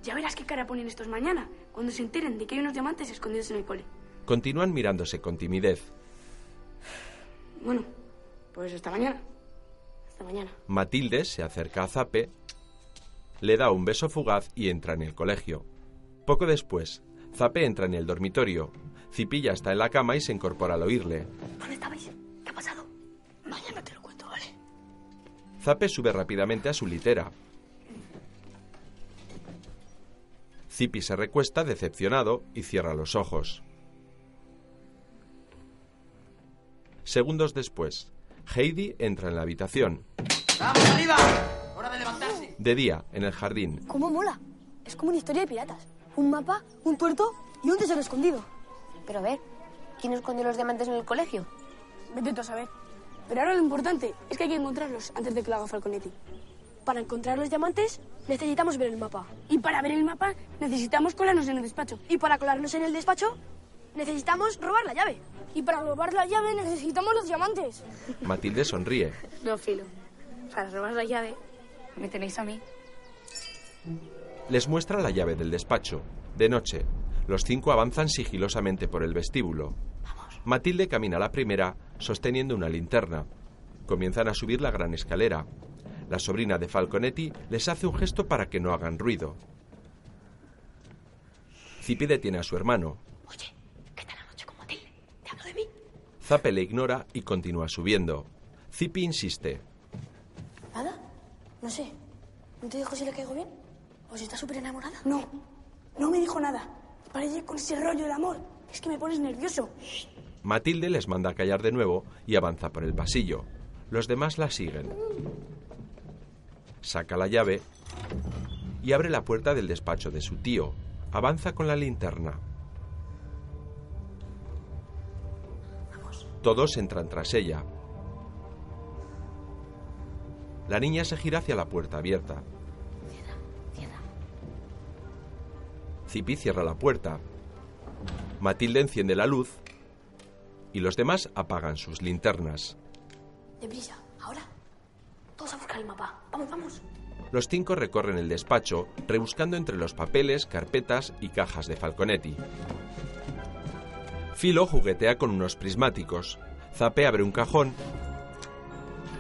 Ya verás qué cara ponen estos mañana, cuando se enteren de que hay unos diamantes escondidos en el cole. Continúan mirándose con timidez. Bueno, pues hasta mañana. Hasta mañana. Matilde se acerca a Zape, le da un beso fugaz y entra en el colegio. Poco después, Zape entra en el dormitorio. Cipilla está en la cama y se incorpora al oírle. ¿Dónde estabais? ¿Qué ha pasado? Mañana te lo cuento, ¿vale? Zape sube rápidamente a su litera. Zipi se recuesta decepcionado y cierra los ojos. Segundos después, Heidi entra en la habitación. ¡Vamos arriba! ¡Hora de levantarse! De día, en el jardín, ¿Cómo mola? Es como una historia de piratas. Un mapa, un tuerto y un tesoro escondido. Pero a ver, ¿quién escondió los diamantes en el colegio? Vete tú a saber. Pero ahora lo importante es que hay que encontrarlos antes de que lo haga Falconetti. Para encontrar los diamantes necesitamos ver el mapa. Y para ver el mapa necesitamos colarnos en el despacho. Y para colarnos en el despacho necesitamos robar la llave. Y para robar la llave necesitamos los diamantes. Matilde sonríe. No, Filo. Para robar la llave, me tenéis a mí. Les muestra la llave del despacho. De noche, los cinco avanzan sigilosamente por el vestíbulo. Matilde camina la primera, sosteniendo una linterna. Comienzan a subir la gran escalera. La sobrina de Falconetti les hace un gesto para que no hagan ruido. Zipi detiene a su hermano. Oye, ¿qué tal la noche con Matilde? ¿Te hablo de mí? Zape le ignora y continúa subiendo. Zipi insiste. ¿Nada? No sé. ¿No te dijo si le caigo bien? ¿O si está súper enamorada? No, no me dijo nada. Para ir con ese rollo del amor. Es que me pones nervioso. Matilde les manda a callar de nuevo y avanza por el pasillo. Los demás la siguen. Saca la llave y abre la puerta del despacho de su tío. Avanza con la linterna. Todos entran tras ella. La niña se gira hacia la puerta abierta. Zipi cierra la puerta. Matilde enciende la luz y los demás apagan sus linternas. Deprisa, ahora. Todos a buscar el mapa. Vamos, vamos. Los cinco recorren el despacho, rebuscando entre los papeles, carpetas y cajas de Falconetti. Filo juguetea con unos prismáticos. Zape abre un cajón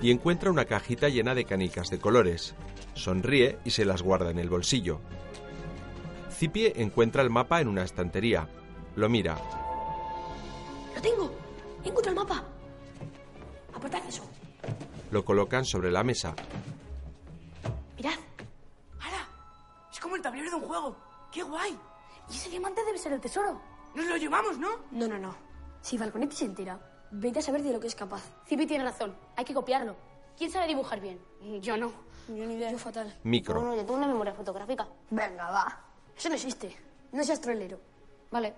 y encuentra una cajita llena de canicas de colores. Sonríe y se las guarda en el bolsillo. Cipie encuentra el mapa en una estantería. Lo mira. ¡Lo tengo! ¡He encontrado el mapa! Apartad eso. Lo colocan sobre la mesa. Mirad. Es como el tablero de un juego. ¡Qué guay! Y ese diamante debe ser el tesoro. Nos lo llevamos, ¿no? No, no, no. Si Falconetti se entera, vete a saber de lo que es capaz. Cipi tiene razón. Hay que copiarlo. ¿Quién sabe dibujar bien? Mm, Yo no. Yo ni idea. Yo fatal. Micro. No, no, yo tengo una memoria fotográfica. Venga, va. Eso no existe. No seas trolero. Vale.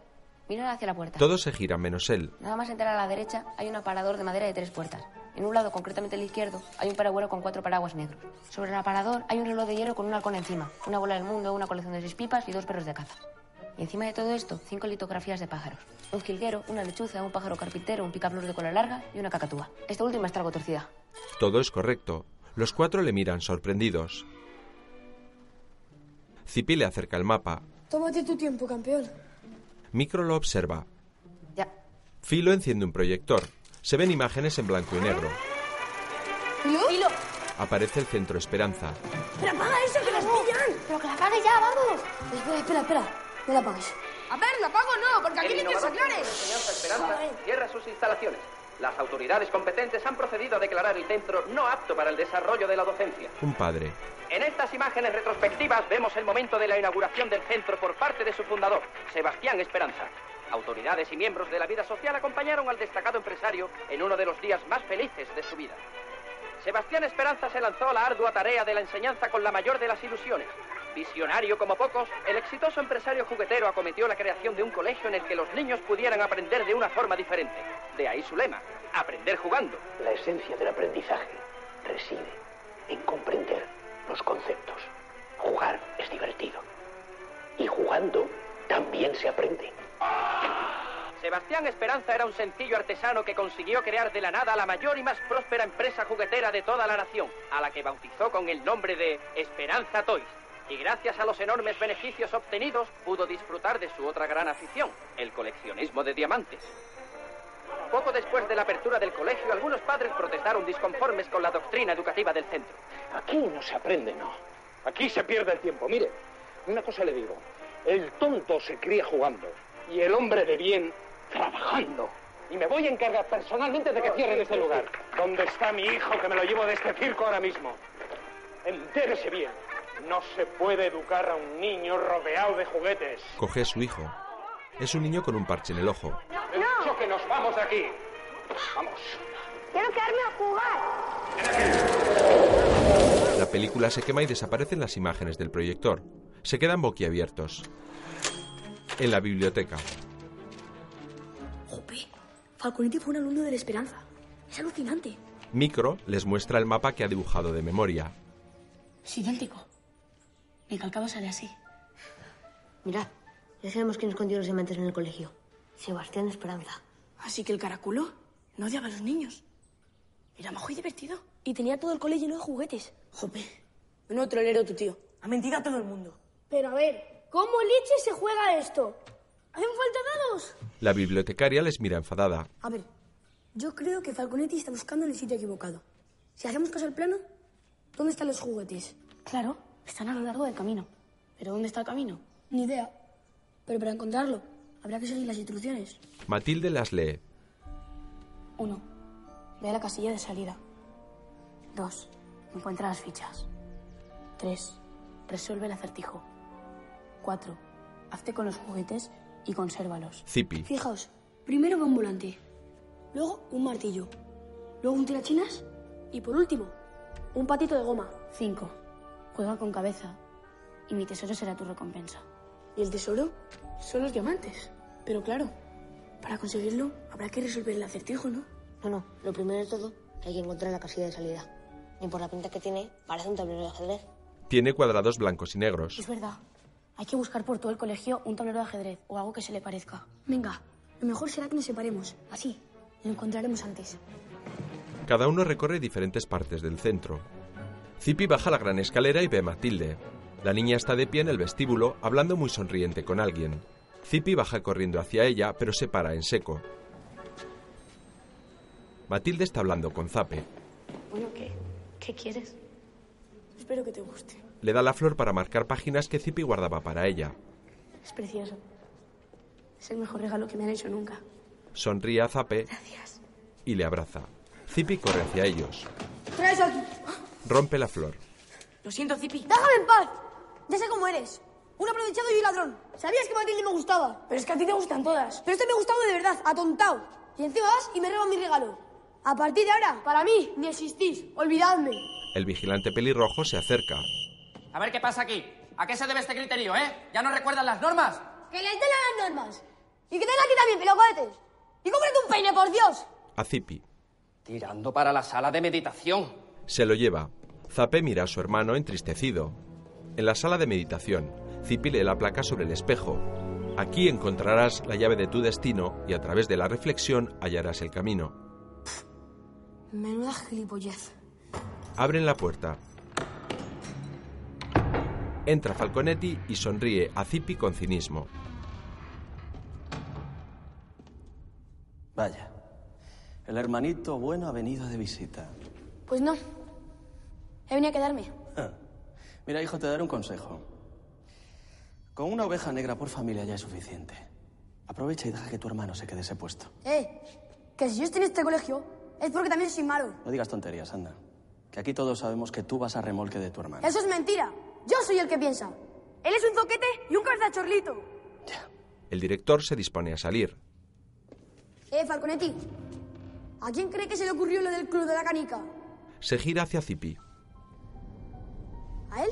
Mirar hacia la puerta. Todos se giran menos él. Nada más entrar a la derecha hay un aparador de madera de tres puertas. En un lado, concretamente el izquierdo, hay un paragüero con cuatro paraguas negros. Sobre el aparador hay un reloj de hierro con un halcón encima, una bola del mundo, una colección de seis pipas y dos perros de caza. Y encima de todo esto, cinco litografías de pájaros. Un jilguero, una lechuza, un pájaro carpintero, un picaflor de cola larga y una cacatúa. Esta última está algo torcida. Todo es correcto. Los cuatro le miran sorprendidos. Zipi le acerca el mapa. Tómate tu tiempo, campeón. Micro lo observa. Ya. Filo enciende un proyector. Se ven imágenes en blanco y negro. ¿Filo? Aparece el centro Esperanza. ¡Pero apaga eso, que nos pillan! ¡Pero que la apague ya, vamos! Espera, espera, espera. No la apagues. A ver, lo apago o no, porque aquí El vienen innovador solares. Centro de Enseñanza Esperanza cierra sus instalaciones. Las autoridades competentes han procedido a declarar el centro no apto para el desarrollo de la docencia. Un padre. En estas imágenes retrospectivas vemos el momento de la inauguración del centro por parte de su fundador, Sebastián Esperanza. Autoridades y miembros de la vida social acompañaron al destacado empresario en uno de los días más felices de su vida. Sebastián Esperanza se lanzó a la ardua tarea de la enseñanza con la mayor de las ilusiones. Visionario como pocos, el exitoso empresario juguetero acometió la creación de un colegio en el que los niños pudieran aprender de una forma diferente. De ahí su lema, aprender jugando. La esencia del aprendizaje reside en comprender los conceptos. Jugar es divertido. Y jugando también se aprende. Sebastián Esperanza era un sencillo artesano que consiguió crear de la nada la mayor y más próspera empresa juguetera de toda la nación, a la que bautizó con el nombre de Esperanza Toys. Y gracias a los enormes beneficios obtenidos, pudo disfrutar de su otra gran afición, el coleccionismo de diamantes. Poco después de la apertura del colegio, algunos padres protestaron disconformes con la doctrina educativa del centro. Aquí no se aprende, no. Aquí se pierde el tiempo. Mire, una cosa le digo. El tonto se cría jugando y el hombre de bien trabajando. Y me voy a encargar personalmente de que cierren este lugar. ¿Dónde está mi hijo que me lo llevo de este circo ahora mismo? Entérese bien. No se puede educar a un niño rodeado de juguetes. Coge a su hijo. Es un niño con un parche en el ojo. He dicho que nos vamos de aquí. Vamos. Quiero quedarme a jugar. La película se quema y desaparecen las imágenes del proyector. Se quedan boquiabiertos. En la biblioteca. Jope, Falconetti fue un alumno de la esperanza. Es alucinante. Micro les muestra el mapa que ha dibujado de memoria. Es idéntico. Mi calcado sale así. Mirad, ya sabemos quién escondió los diamantes en el colegio. Sebastián Esperanza. Así que el caraculo no odiaba a los niños. Era majo y divertido. Y tenía todo el colegio lleno de juguetes. Jope, un otro lero tu tío. Ha mentido a todo el mundo. Pero a ver, ¿cómo leche se juega esto? ¿Hacen falta dados? La bibliotecaria les mira enfadada. A ver, yo creo que Falconetti está buscando en el sitio equivocado. Si hacemos caso al plano, ¿dónde están los juguetes? Claro, están a lo largo del camino. ¿Pero dónde está el camino? Ni idea. Pero para encontrarlo, habrá que seguir las instrucciones. Matilde las lee. Uno, Ve a la casilla de salida. 2. Encuentra las fichas. 3. Resuelve el acertijo. 4. Hazte con los juguetes y consérvalos. Zipi. Fijaos, primero va un volante, luego un martillo, luego un tirachinas y por último, un patito de goma. 5. Juega con cabeza y mi tesoro será tu recompensa. ¿Y el tesoro? Son los diamantes. Pero claro, para conseguirlo habrá que resolver el acertijo, ¿no? No, no, lo primero de todo, hay que encontrar la casilla de salida. Ni por la pinta que tiene, parece un tablero de ajedrez. Tiene cuadrados blancos y negros. verdad. Hay que buscar por todo el colegio un tablero de ajedrez o algo que se le parezca. Venga, lo mejor será que nos separemos. Así, lo encontraremos antes. Cada uno recorre diferentes partes del centro. Zippy baja la gran escalera y ve a Matilde. La niña está de pie en el vestíbulo, hablando muy sonriente con alguien. Zippy baja corriendo hacia ella, pero se para en seco. Matilde está hablando con Zape. Bueno, ¿qué? ¿Qué quieres? Espero que te guste. Le da la flor para marcar páginas que Zippy guardaba para ella. Es precioso. Es el mejor regalo que me han hecho nunca. Sonríe a Zape y le abraza. Zippy corre hacia ellos. Traes aquí. Rompe la flor. Lo siento, Zipi. ¡Déjame en paz! Ya sé cómo eres. Un aprovechado y un ladrón. Sabías que Matilde me gustaba. Pero es que a ti te gustan todas. Pero este me gustaba de verdad, atontado. Y encima vas y me robas mi regalo. A partir de ahora, para mí, ni existís. Olvidadme. El vigilante pelirrojo se acerca. A ver qué pasa aquí. ¿A qué se debe este criterio, eh? ¿Ya no recuerdan las normas? ¡Que les den a las normas! ¡Y que den aquí también, pelocohetes! ¡Y cómprate un peine, por Dios! A Zippy. Tirando para la sala de meditación. Se lo lleva. Zape mira a su hermano entristecido. En la sala de meditación, Zippy lee la placa sobre el espejo. Aquí encontrarás la llave de tu destino y a través de la reflexión hallarás el camino. Menuda gilipollez. Abren la puerta. Entra Falconetti y sonríe a Zippy con cinismo. Vaya. El hermanito bueno ha venido de visita. Pues no. He venido a quedarme. Ah. Mira, hijo, te daré un consejo. Con una oveja negra por familia ya es suficiente. Aprovecha y deja que tu hermano se quede ese puesto. ¡Eh! Que si yo estoy en este colegio es porque también soy malo. No digas tonterías, anda. Que aquí todos sabemos que tú vas a remolque de tu hermano. Eso es mentira. Yo soy el que piensa. Él es un zoquete y un cazacharlito. El director se dispone a salir. Eh, Falconetti. ¿A quién cree que se le ocurrió lo del club de la canica? Se gira hacia Zippy. ¿A él?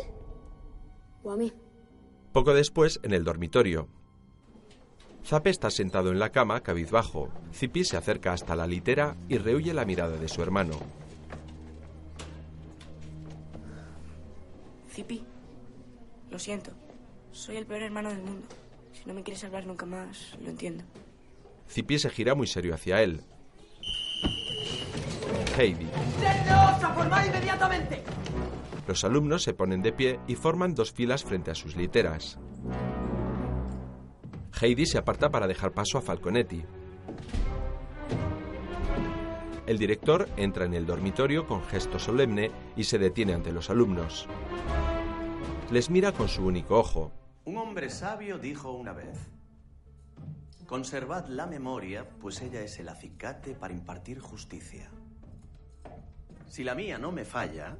¿O a mí? Poco después, en el dormitorio. Zape está sentado en la cama, cabizbajo. Zippy se acerca hasta la litera y rehuye la mirada de su hermano. Zipi, lo siento. Soy el peor hermano del mundo. Si no me quieres hablar nunca más, lo entiendo. Zippy se gira muy serio hacia él. Heidi. ¡Deteos! ¡A formar inmediatamente! Los alumnos se ponen de pie y forman dos filas frente a sus literas. Heidi se aparta para dejar paso a Falconetti. El director entra en el dormitorio con gesto solemne y se detiene ante los alumnos. Les mira con su único ojo. Un hombre sabio dijo una vez: Conservad la memoria, pues ella es el acicate para impartir justicia. Si la mía no me falla,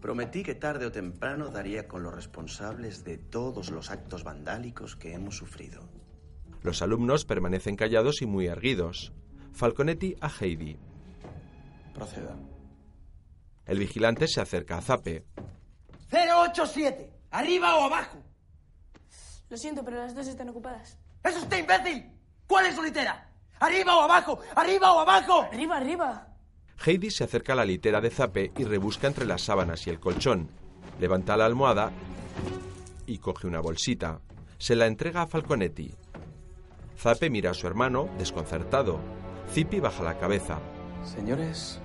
prometí que tarde o temprano daría con los responsables de todos los actos vandálicos que hemos sufrido. Los alumnos permanecen callados y muy erguidos. Falconetti a Heidi. Proceda. El vigilante se acerca a Zape. 087, arriba o abajo. Lo siento, pero las dos están ocupadas. ¡Es usted imbécil! ¿Cuál es su litera? ¡Arriba o abajo! ¡Arriba o abajo! Arriba, arriba. Heidi se acerca a la litera de Zape y rebusca entre las sábanas y el colchón. Levanta la almohada y coge una bolsita. Se la entrega a Falconetti. Zape mira a su hermano, desconcertado. Zippy baja la cabeza. Señores,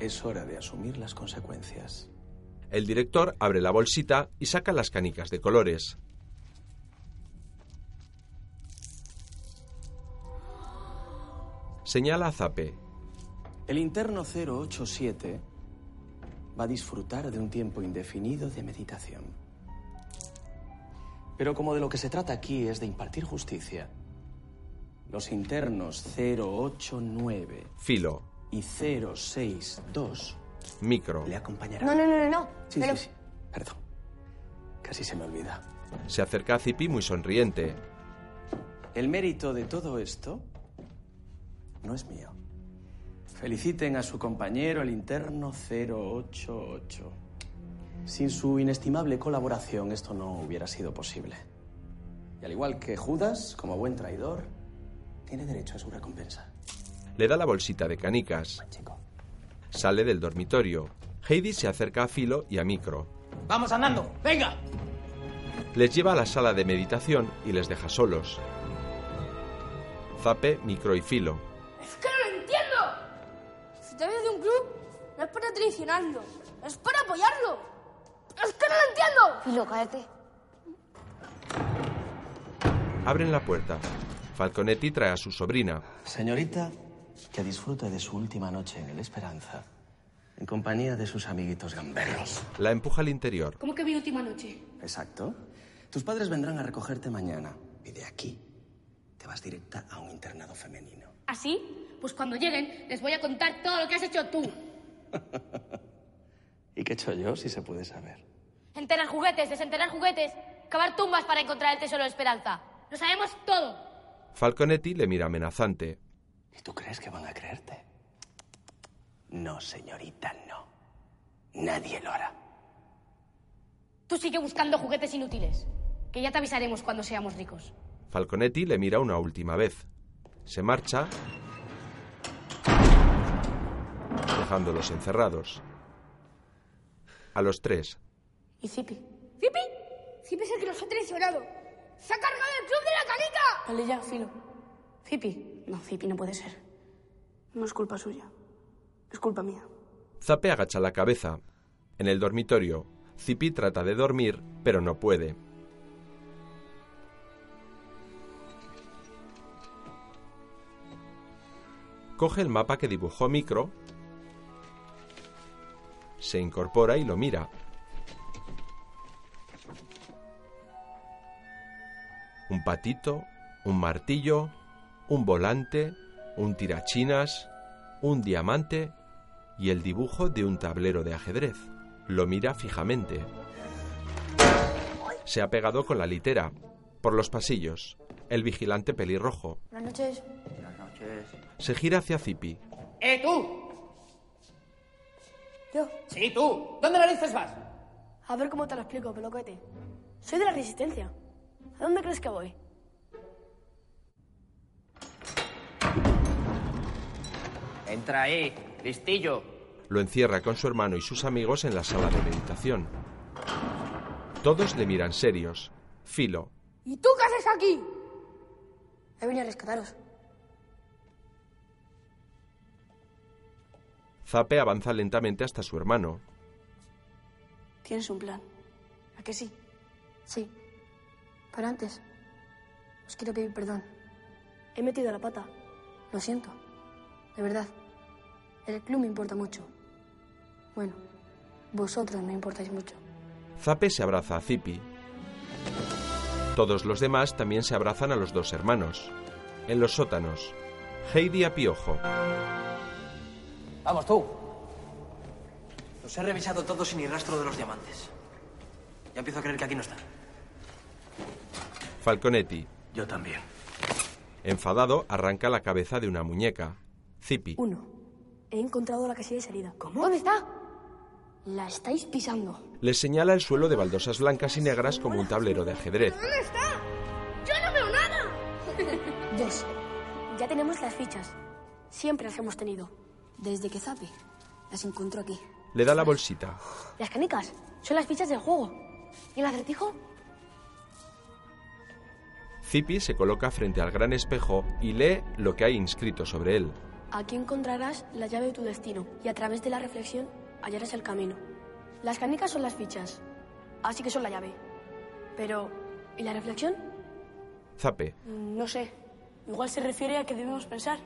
es hora de asumir las consecuencias. El director abre la bolsita y saca las canicas de colores. Señala a Zape. El interno 087 va a disfrutar de un tiempo indefinido de meditación. Pero como de lo que se trata aquí es de impartir justicia, los internos 089 Filo. y 062 Micro. le acompañarán. No, no, no, no, no. Sí, Me lo- sí, sí. Perdón. Casi se me olvida. Se acerca a Zippy muy sonriente. El mérito de todo esto no es mío. Feliciten a su compañero, el interno 088. Sin su inestimable colaboración esto no hubiera sido posible. Y al igual que Judas, como buen traidor, tiene derecho a su recompensa. Le da la bolsita de canicas. Sale del dormitorio. Heidi se acerca a Filo y a Micro. ¡Vamos andando! ¡Venga! Les lleva a la sala de meditación y les deja solos. Zape, micro y filo. ¡Es que no lo entiendo! Si te vienes de un club, no es para traicionarlo, es para apoyarlo. ¡Es que no lo entiendo! Filo, cállate. Abren la puerta. Falconetti trae a su sobrina. Señorita, que disfrute de su última noche en el Esperanza, en compañía de sus amiguitos gamberros. La empuja al interior. ¿Cómo que mi última noche? Exacto. Tus padres vendrán a recogerte mañana. Y de aquí te vas directa a un internado femenino. ¿Así? Pues cuando lleguen les voy a contar todo lo que has hecho tú. ¿Y qué he hecho yo, si se puede saber? Enterrar juguetes, desenterrar juguetes, cavar tumbas para encontrar el tesoro de esperanza. Lo sabemos todo. Falconetti le mira amenazante. ¿Y tú crees que van a creerte? No, señorita, no. Nadie lo hará. Tú sigue buscando juguetes inútiles, que ya te avisaremos cuando seamos ricos. Falconetti le mira una última vez. Se marcha, dejándolos encerrados. A los tres, ¿Y Zipi? ¿Zipi? Zipi es el que nos ha traicionado. ¡Se ha cargado el club de la canica! Dale ya, filo. Zipi. No, Zipi no puede ser. No es culpa suya. Es culpa mía. Zape agacha la cabeza. En el dormitorio, Zipi trata de dormir, pero no puede. Coge el mapa que dibujó Micro, se incorpora y lo mira. Un patito, un martillo, un volante, un tirachinas, un diamante y el dibujo de un tablero de ajedrez. Lo mira fijamente. Se ha pegado con la litera, por los pasillos. El vigilante pelirrojo Buenas noches. Buenas noches. se gira hacia Zipi. ¡Eh, tú! Yo. Sí, tú. ¿Dónde narices vas? A ver cómo te lo explico, pelocote. Soy de la Resistencia. ¿A dónde crees que voy? Entra ahí, listillo. Lo encierra con su hermano y sus amigos en la sala de meditación. Todos le miran serios. Filo, ¿Y tú qué haces aquí? He venido a rescataros. Zape avanza lentamente hasta su hermano. Tienes un plan. ¿A que sí? Sí. Pero antes, os quiero pedir perdón. He metido la pata. Lo siento. De verdad. El club me importa mucho. Bueno, vosotros me importáis mucho. Zape se abraza a Zipi. Todos los demás también se abrazan a los dos hermanos. En los sótanos, Heidi a Piojo. Vamos tú. Los he revisado todos sin ni rastro de los diamantes. Ya empiezo a creer que aquí no están. Falconetti, Yo también. enfadado, arranca la cabeza de una muñeca. Zipi, He encontrado la casilla de salida. ¿Cómo? ¿Dónde está? La estáis pisando. le señala el suelo de baldosas blancas y negras como un tablero de ajedrez. ¿Dónde está? ¡Yo no veo nada! Dos. Ya tenemos las fichas. Siempre las hemos tenido. Desde que Zapi las encontró aquí. Le da la bolsita. Las canicas son las fichas del juego. ¿Y el acertijo? Zipi se coloca frente al gran espejo y lee lo que hay inscrito sobre él. Aquí encontrarás la llave de tu destino y a través de la reflexión hallarás el camino. Las canicas son las fichas, así que son la llave. Pero, ¿y la reflexión? Zape, Mm, No sé. Igual se refiere a que debemos pensar.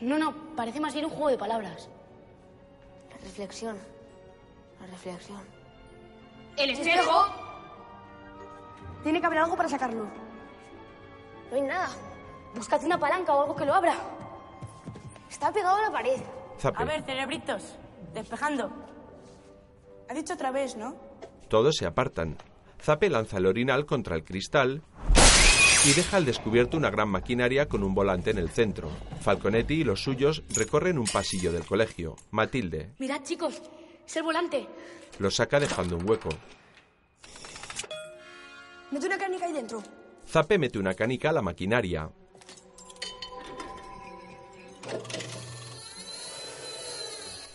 No, no, parece más bien un juego de palabras. La reflexión. La reflexión. ¡El espejo! Tiene que haber algo para sacarlo. No hay nada. Buscad una palanca o algo que lo abra. Está pegado a la pared. Zape. A ver, cerebritos, despejando. Ha dicho otra vez, ¿no? Todos se apartan. Zape lanza el orinal contra el cristal y deja al descubierto una gran maquinaria con un volante en el centro. Falconetti y los suyos recorren un pasillo del colegio. Matilde Mirad, chicos, es el volante. lo saca dejando un hueco. Mete una canica ahí dentro. Zape mete una canica a la maquinaria.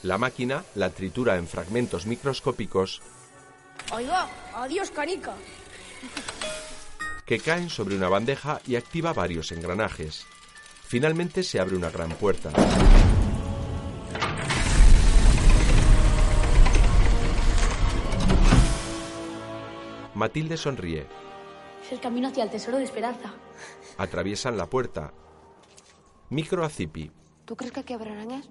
La máquina la tritura en fragmentos microscópicos Oiga, adiós, canica. que caen sobre una bandeja y activa varios engranajes. Finalmente se abre una gran puerta. Matilde sonríe, Es el camino hacia el tesoro de esperanza. atraviesan la puerta. Micro a Zipi. ¿Tú crees que aquí habrá arañas?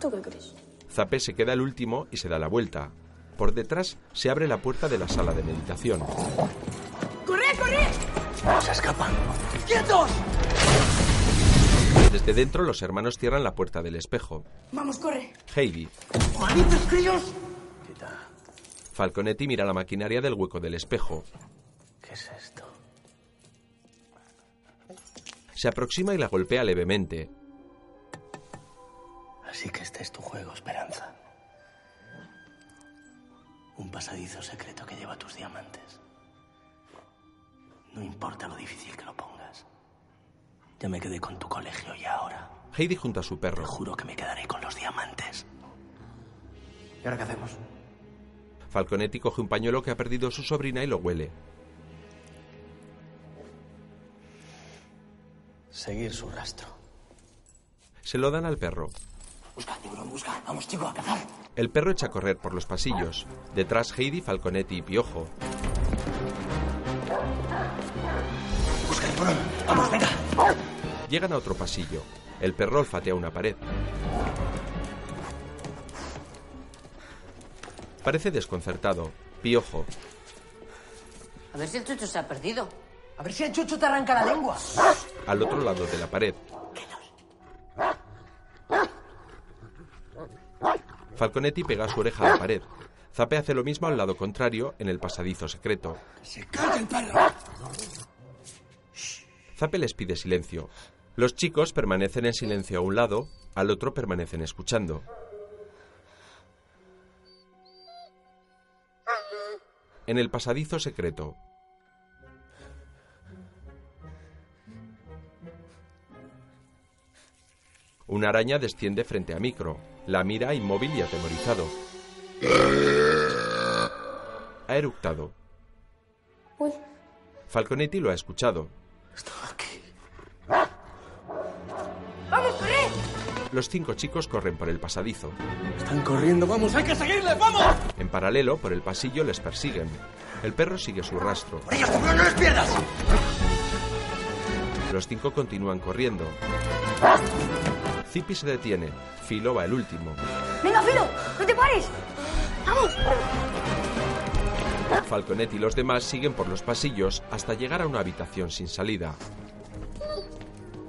¿Tú qué crees? Zape se queda el último y se da la vuelta. Por detrás se abre la puerta de la sala de meditación. ¡Corred, corred! Se escapan. ¡Quietos! Desde dentro los hermanos cierran la puerta del espejo. Vamos, corre. Heidi, ¡Malditos críos! Falconetti mira la maquinaria del hueco del espejo. ¿Qué es esto? Se aproxima y la golpea levemente. Así que este es tu juego, Esperanza. Un pasadizo secreto que lleva tus diamantes. No importa lo difícil que lo pongas. Ya me quedé con tu colegio y ahora Heidi junto a su perro. juro que me quedaré con los diamantes. ¿Y ahora qué hacemos? Falconetti coge un pañuelo que ha perdido su sobrina y lo huele. Seguir su rastro. Se lo dan al perro. Busca, tiburón, busca. Vamos, chico, a cazar. El perro echa a correr por los pasillos. Detrás Heidi, Falconetti y Piojo. Busca, tiburón. Vamos, venga. Llegan a otro pasillo. El perro olfatea una pared. Parece desconcertado. Piojo. A ver si el chucho se ha perdido. A ver si el chucho te arranca la lengua. Al otro lado de la pared. Falconetti pega su oreja a la pared. Zape hace lo mismo al lado contrario en el pasadizo secreto. Zape les pide silencio. Los chicos permanecen en silencio a un lado, al otro permanecen escuchando. En el pasadizo secreto, una araña desciende frente a Micro. La mira inmóvil y atemorizado. Ha eructado. Uy. Falconetti lo ha escuchado. ¡Vamos, corre! Los cinco chicos corren por el pasadizo. Están corriendo, vamos. ¡Hay que seguirles, vamos! En paralelo, por el pasillo les persiguen. El perro sigue su rastro. ¡No les pierdas! Los cinco continúan corriendo. Zipi se detiene. Filo va el último. ¡Venga, Filo! ¡No te pares! ¡Vamos! Falconetti y los demás siguen por los pasillos hasta llegar a una habitación sin salida.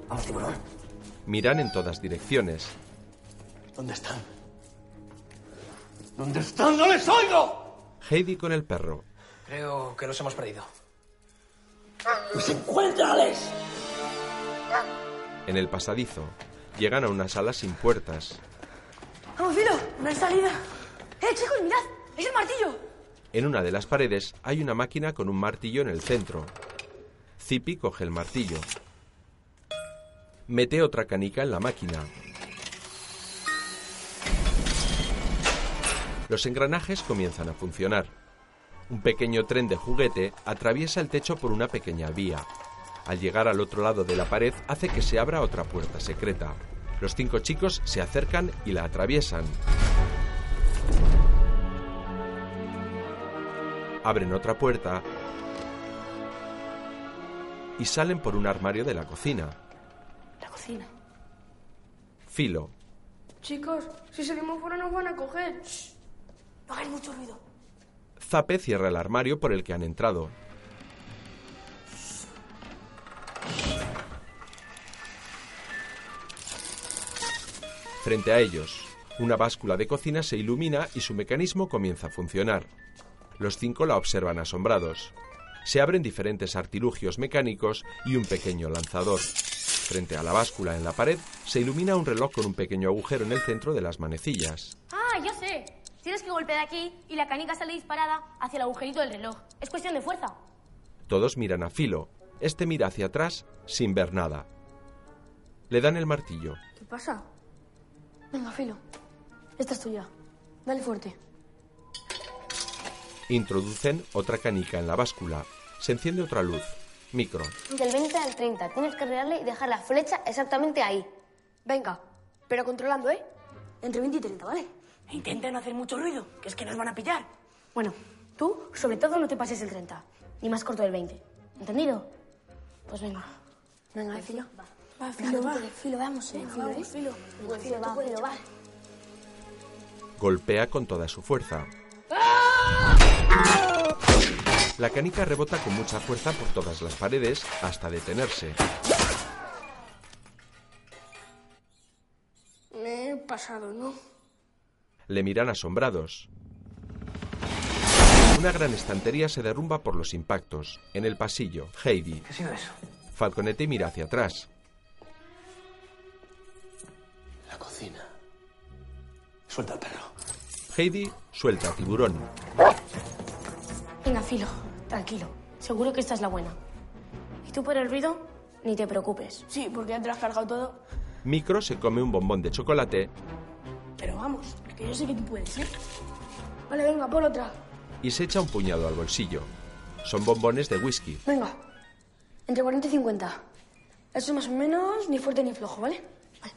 Vamos, tiburón. Miran en todas direcciones. ¿Dónde están? ¿Dónde están? ¡No les oigo! Heidi con el perro. Creo que los hemos perdido. ¡Pues encuéntrales! En el pasadizo. Llegan a una sala sin puertas. ¡Vamos, Filo! ¡No hay salida! ¡Eh, chicos, mirad! ¡Es el martillo! En una de las paredes hay una máquina con un martillo en el centro. Zippy coge el martillo. Mete otra canica en la máquina. Los engranajes comienzan a funcionar. Un pequeño tren de juguete atraviesa el techo por una pequeña vía. Al llegar al otro lado de la pared hace que se abra otra puerta secreta. Los cinco chicos se acercan y la atraviesan. abren otra puerta y salen por un armario de la cocina. La cocina. Filo, Chicos, si seguimos fuera nos van a coger. No hagáis mucho ruido. Zape cierra el armario por el que han entrado. Frente a ellos, una báscula de cocina se ilumina y su mecanismo comienza a funcionar. Los cinco la observan asombrados. Se abren diferentes artilugios mecánicos y un pequeño lanzador. Frente a la báscula en la pared se ilumina un reloj con un pequeño agujero en el centro de las manecillas. Ah, ya sé. Tienes que golpear aquí y la canica sale disparada hacia el agujerito del reloj. Es cuestión de fuerza. Todos miran a Filo. Este mira hacia atrás sin ver nada. Le dan el martillo. ¿Qué pasa? Venga, Filo. Esta es tuya. Dale fuerte. Introducen otra canica en la báscula. Se enciende otra luz. Micro. Del 20 al 30. Tienes que regarle y dejar la flecha exactamente ahí. Venga, pero controlando, ¿eh? Entre 20 y 30, ¿vale? E intenta no hacer mucho ruido, que es que nos van a pillar. Bueno, tú, sobre todo, no te pases el 30. Ni más corto del 20. ¿Entendido? Pues venga. Venga, filo. Va, Venga, filo, tú va. puedes, Filo, vamos, eh. Venga, Filo, vamos, eh. Filo, Venga, filo, tú va, puedes, filo, va. Golpea con toda su fuerza. La canica rebota con mucha fuerza por todas las paredes hasta detenerse. Me he pasado, ¿no? Le miran asombrados. Una gran estantería se derrumba por los impactos. En el pasillo, Heidi. ¿Qué ha sido eso? Falconetti mira hacia atrás. La cocina. Suelta al perro. Heidi suelta a tiburón. Venga, filo. Tranquilo. Seguro que esta es la buena. ¿Y tú por el ruido? Ni te preocupes. Sí, porque ya te lo has cargado todo. Micro se come un bombón de chocolate Pero vamos, que yo sé que tú puedes, ¿eh? Vale, venga, por otra. y se echa un puñado al bolsillo. Son bombones de whisky. Venga, entre 40 y 50. Eso es más o menos ni fuerte ni flojo, ¿vale? Vale.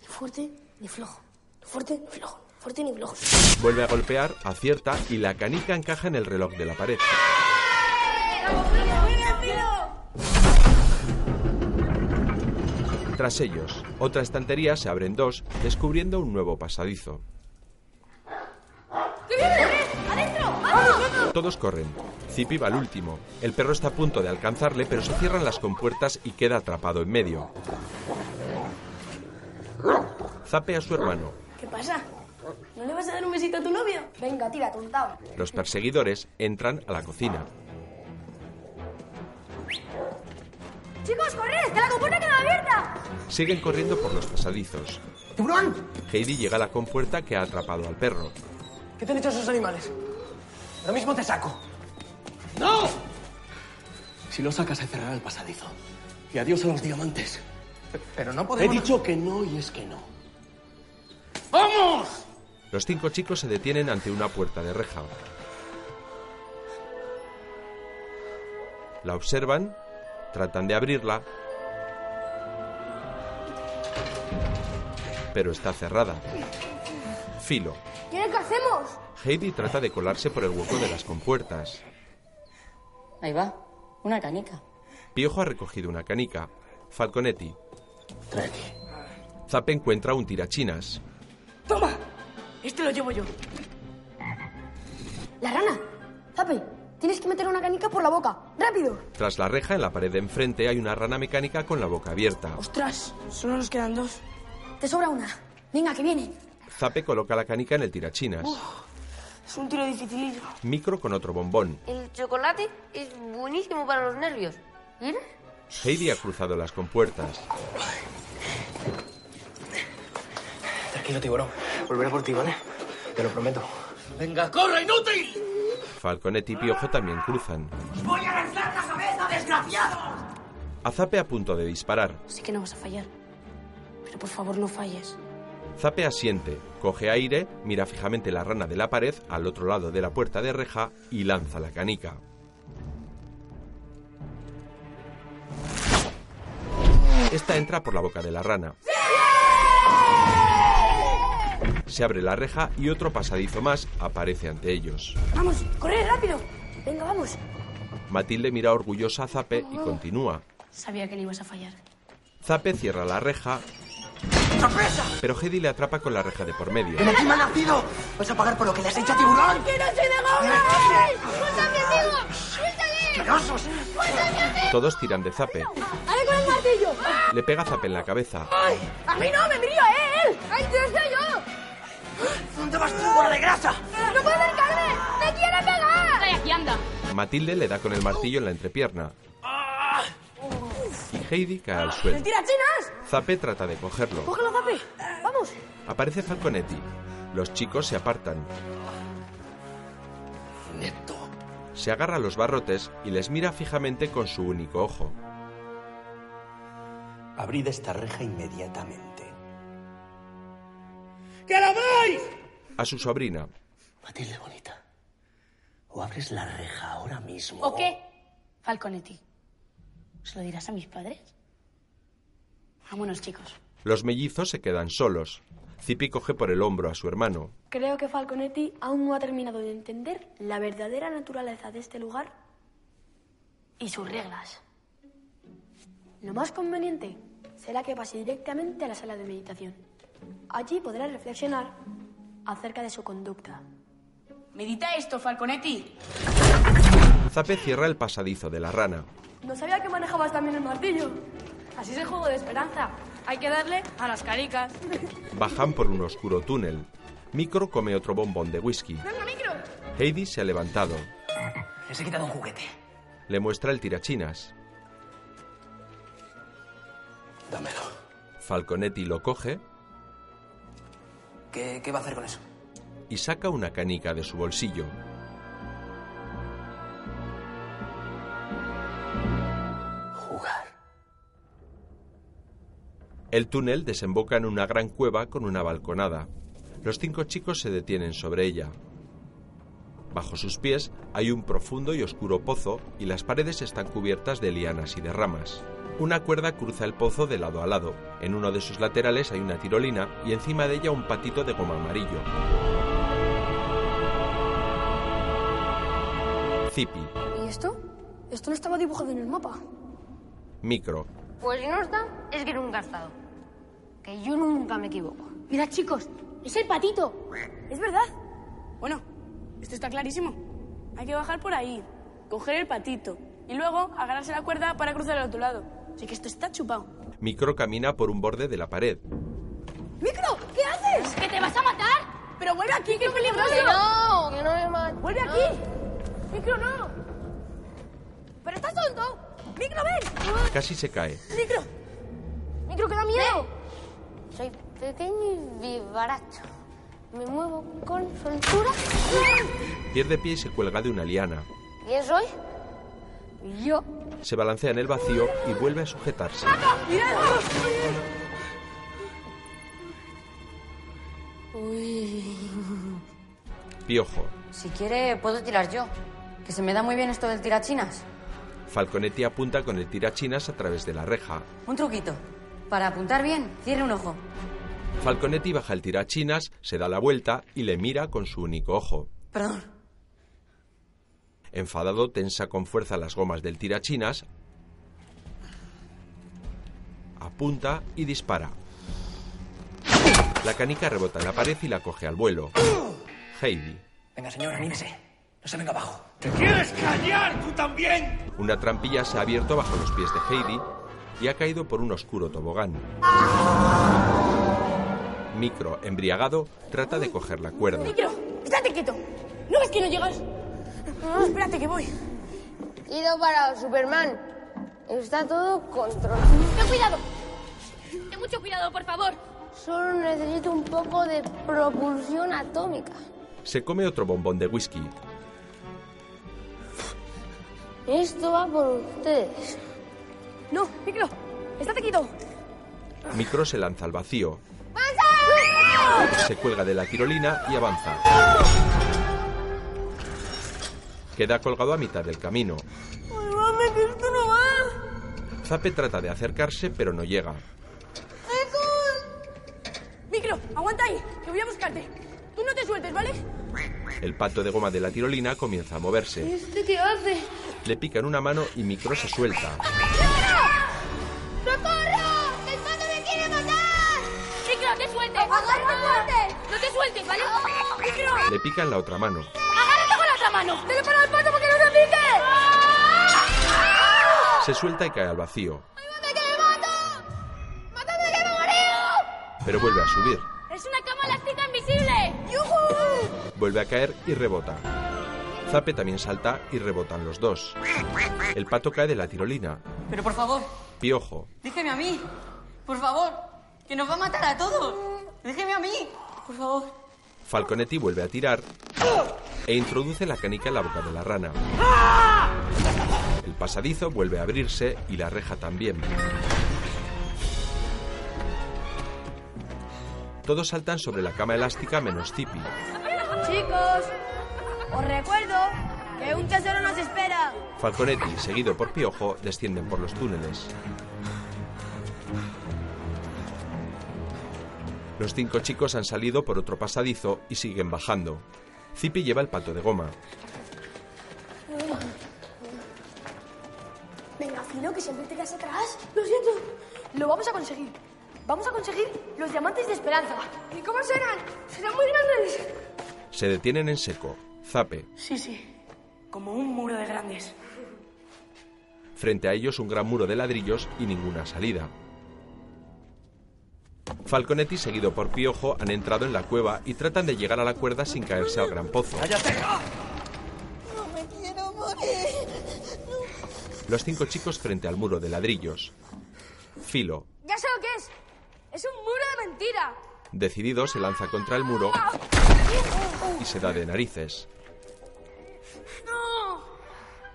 Ni fuerte ni flojo. Ni fuerte ni flojo. Ni fuerte ni flojo. Vuelve a golpear, acierta y la canica encaja en el reloj de la pared. Tras ellos, otra estantería se abre en dos, descubriendo un nuevo pasadizo. eh! ¡Adentro! ¡Vamos! Todos corren. Zippy va al último. El perro está a punto de alcanzarle, pero se cierran las compuertas y queda atrapado en medio. Zape a su hermano. ¿Qué pasa? ¿No le vas a dar un besito a tu novio? Venga, tira, tontao. Los perseguidores entran a la cocina. Chicos, corred, que la compuerta queda abierta. Siguen corriendo por los pasadizos. ¡Tiburón! Heidi llega a la compuerta que ha atrapado al perro. ¿Qué te han hecho esos animales? Ahora mismo te saco. ¡No! Si lo sacas, se cerrará el pasadizo. Y adiós a los diamantes. Pero no podemos- He dicho que no y es que no. ¡Vamos! Los cinco chicos se detienen ante una puerta de reja. La observan, tratan de abrirla, pero está cerrada. Filo. ¿Y ahora qué hacemos? Heidi trata de colarse por el hueco de las compuertas. Ahí va, una canica. Piojo ha recogido una canica. Falconetti. Zape encuentra un tirachinas. ¡Toma! Este lo llevo yo. La rana. Zapi, tienes que meter una canica por la boca. ¡Rápido! Tras la reja, en la pared de enfrente, hay una rana mecánica con la boca abierta. ¡Ostras! Solo nos quedan dos. Te sobra una. Venga, que viene. Zape coloca la canica en el tirachinas. Es un tiro dificilillo. Micro con otro bombón. El chocolate es buenísimo para los nervios. ¿Mira? Heidi ha cruzado las compuertas. Tranquilo, tiburón. Volveré por ti, ¿vale? Te lo prometo. ¡Venga, corre, inútil! Falconetti y Piojo también cruzan. ¡Voy a lanzar la cabeza, desgraciado! A Zape a punto de disparar. Sé que no vas a fallar. Pero por favor, no falles. Zape asiente, coge aire, mira fijamente la rana de la pared al otro lado de la puerta de reja y lanza la canica. Esta entra por la boca de la rana. Se abre la reja y otro pasadizo más aparece ante ellos. Vamos, corred rápido. Venga, vamos. Matilde mira orgullosa a Zape y continúa. Sabía que no ibas a fallar. Zape cierra la reja, pero Hedy le atrapa con la reja de por medio. ¡Ven aquí, mal nacido! ¡Vas a pagar por lo que le has hecho a tiburón! ¡Que no soy de Ven goma! aquí. ¡Suéltame, amigo! ¡Suéltame! ¡Asquerosos! Todos tiran de Zape. ¡Ale con el martillo! Ah. Le pega Zape en la cabeza. ¡Ay! ¡A mí no! ¡Me mira él! ¡Ay, te lo sé yo! ¿Dónde vas tú, bola de grasa? ¡No puedo acercarme! ¡Me quiere pegar! ¡Trae aquí, anda! Matilde le da con el martillo en la entrepierna. Y Heidi cae al suelo. ¡Mentira, chinas! Zape trata de cogerlo. ¡Cógelo, Zapi! ¡Vamos! Aparece Falconetti. Los chicos se apartan. Se agarra a los barrotes y les mira fijamente con su único ojo. Abrid esta reja inmediatamente. ¡Que la veis! A su sobrina. Oh. Matilde bonita. O abres la reja ahora mismo. ¿O qué? Falconetti. ¿Se lo dirás a mis padres? Vámonos, chicos. Los mellizos se quedan solos. Zipi coge por el hombro a su hermano. Creo que Falconetti aún no ha terminado de entender la verdadera naturaleza de este lugar y sus reglas. Lo más conveniente será que pase directamente a la sala de meditación. Allí podrá reflexionar acerca de su conducta. Medita esto, Falconetti. Zape cierra el pasadizo de la rana. No sabía que manejabas también el martillo. Así es el juego de esperanza. Hay que darle a las caricas. Bajan por un oscuro túnel. Micro come otro bombón de whisky. micro! Heidi se ha levantado. Les he quitado un juguete. Le muestra el tirachinas. Dámelo. Falconetti lo coge ¿Qué, qué va a hacer con eso? y saca una canica de su bolsillo. Jugar. El túnel desemboca en una gran cueva con una balconada. Los cinco chicos se detienen sobre ella. Bajo sus pies hay un profundo y oscuro pozo y las paredes están cubiertas de lianas y de ramas. Una cuerda cruza el pozo de lado a lado. En uno de sus laterales hay una tirolina y encima de ella un patito de goma amarillo. Zipi, ¿Y esto? Esto no estaba dibujado en el mapa. micro, Pues si no está, es que era un gastado. Que yo nunca me equivoco. Mirad, chicos, es el patito. Es verdad. Bueno, esto está clarísimo. Hay que bajar por ahí, coger el patito y luego agarrarse la cuerda para cruzar al otro lado. Así que esto está chupado. micro camina por un borde de la pared. ¡Micro! ¿Qué haces? ¿Que te vas a matar? ¡Pero vuelve aquí, que es peligroso! Que no, que no me mates. ¡Vuelve aquí! ¡Micro, no! ¡Pero estás tonto! ¡Micro, ven! Casi se cae. ¡Micro! ¡Micro, que da miedo! Soy pequeño y vivaracho. Me muevo con soltura. Pierde pie y se cuelga de una liana. ¿Quién soy? Yo. Se balancea en el vacío y vuelve a sujetarse. Uy. Piojo. Si quiere, puedo tirar yo. Que se me da muy bien esto del tirachinas. Falconetti apunta con el tirachinas a través de la reja. Un truquito. Para apuntar bien, cierre un ojo. Falconetti baja el tirachinas, se da la vuelta y le mira con su único ojo. Perdón. Enfadado, tensa con fuerza las gomas del tirachinas, apunta y dispara. La canica rebota en la pared y la coge al vuelo. Heidi, Venga, señor, anímese. No se venga abajo. ¿Quieres callar tú también? una trampilla se ha abierto bajo los pies de Heidi y ha caído por un oscuro tobogán. Micro, embriagado, trata de coger la cuerda. ¡Micro! ¡Estate quieto! ¿No ves que no llegas? Ah, Espérate, que voy. Ido para Superman. Está todo controlado. ¡Ten cuidado! ¡Ten mucho cuidado, por favor! Solo necesito un poco de propulsión atómica. Se come otro bombón de whisky. Esto va por ustedes. No, micro, estate quieto. Micro se lanza al vacío. ¡Pasa! Se cuelga de la tirolina y avanza. Queda colgado a mitad del camino. ¡Ay, mami, que esto no va! Zape trata de acercarse, pero no llega. ¡Jesús! Micro, aguanta ahí, que voy a buscarte. Tú no te sueltes, ¿vale? El pato de goma de la tirolina comienza a moverse. ¿Este qué hace? Le pican una mano y Micro se suelta. ¡Socorro! ¡El pato me quiere matar! ¡Micro, no te sueltes! ¡Agárrate fuerte! ¡No te sueltes, ¿vale? ¡Micro! Le pican la otra mano. ¡Agárrate con la otra mano! ¡Dale para el pato porque no se pique! ¡Ah! Se suelta y cae al vacío, ¡Mátame que me mato! ¡Mátame que me mareo! pero vuelve a subir. ¡Es una cama elástica invisible! ¡Yujú! Vuelve a caer y rebota. Zape también salta y rebotan los dos. El pato cae de la tirolina. Pero por favor, Piojo. déjeme a mí. Por favor, que nos va a matar a todos. Déjeme a mí. Por favor. Falconetti vuelve a tirar e introduce la canica en la boca de la rana. El pasadizo vuelve a abrirse y la reja también. Todos saltan sobre la cama elástica menos Tipi. Chicos, os recuerdo ¡Que un tesoro nos espera! Falconetti, seguido por Piojo, descienden por los túneles. Los cinco chicos han salido por otro pasadizo y siguen bajando. Zipi lleva el pato de goma. Venga, Filo, que siempre te quedas atrás. Lo siento. Lo vamos a conseguir. Vamos a conseguir los diamantes de esperanza. ¿Y cómo serán? Serán muy grandes. Se detienen en seco. Zape. Sí, sí. Como un muro de grandes. Frente a ellos un gran muro de ladrillos y ninguna salida. Falconetti, seguido por Piojo, han entrado en la cueva y tratan de llegar a la cuerda sin caerse al gran pozo. No me quiero morir. Los cinco chicos frente al muro de ladrillos. Filo, Ya sé lo que es. Es un muro de mentira. decidido, se lanza contra el muro y se da de narices. ¡No!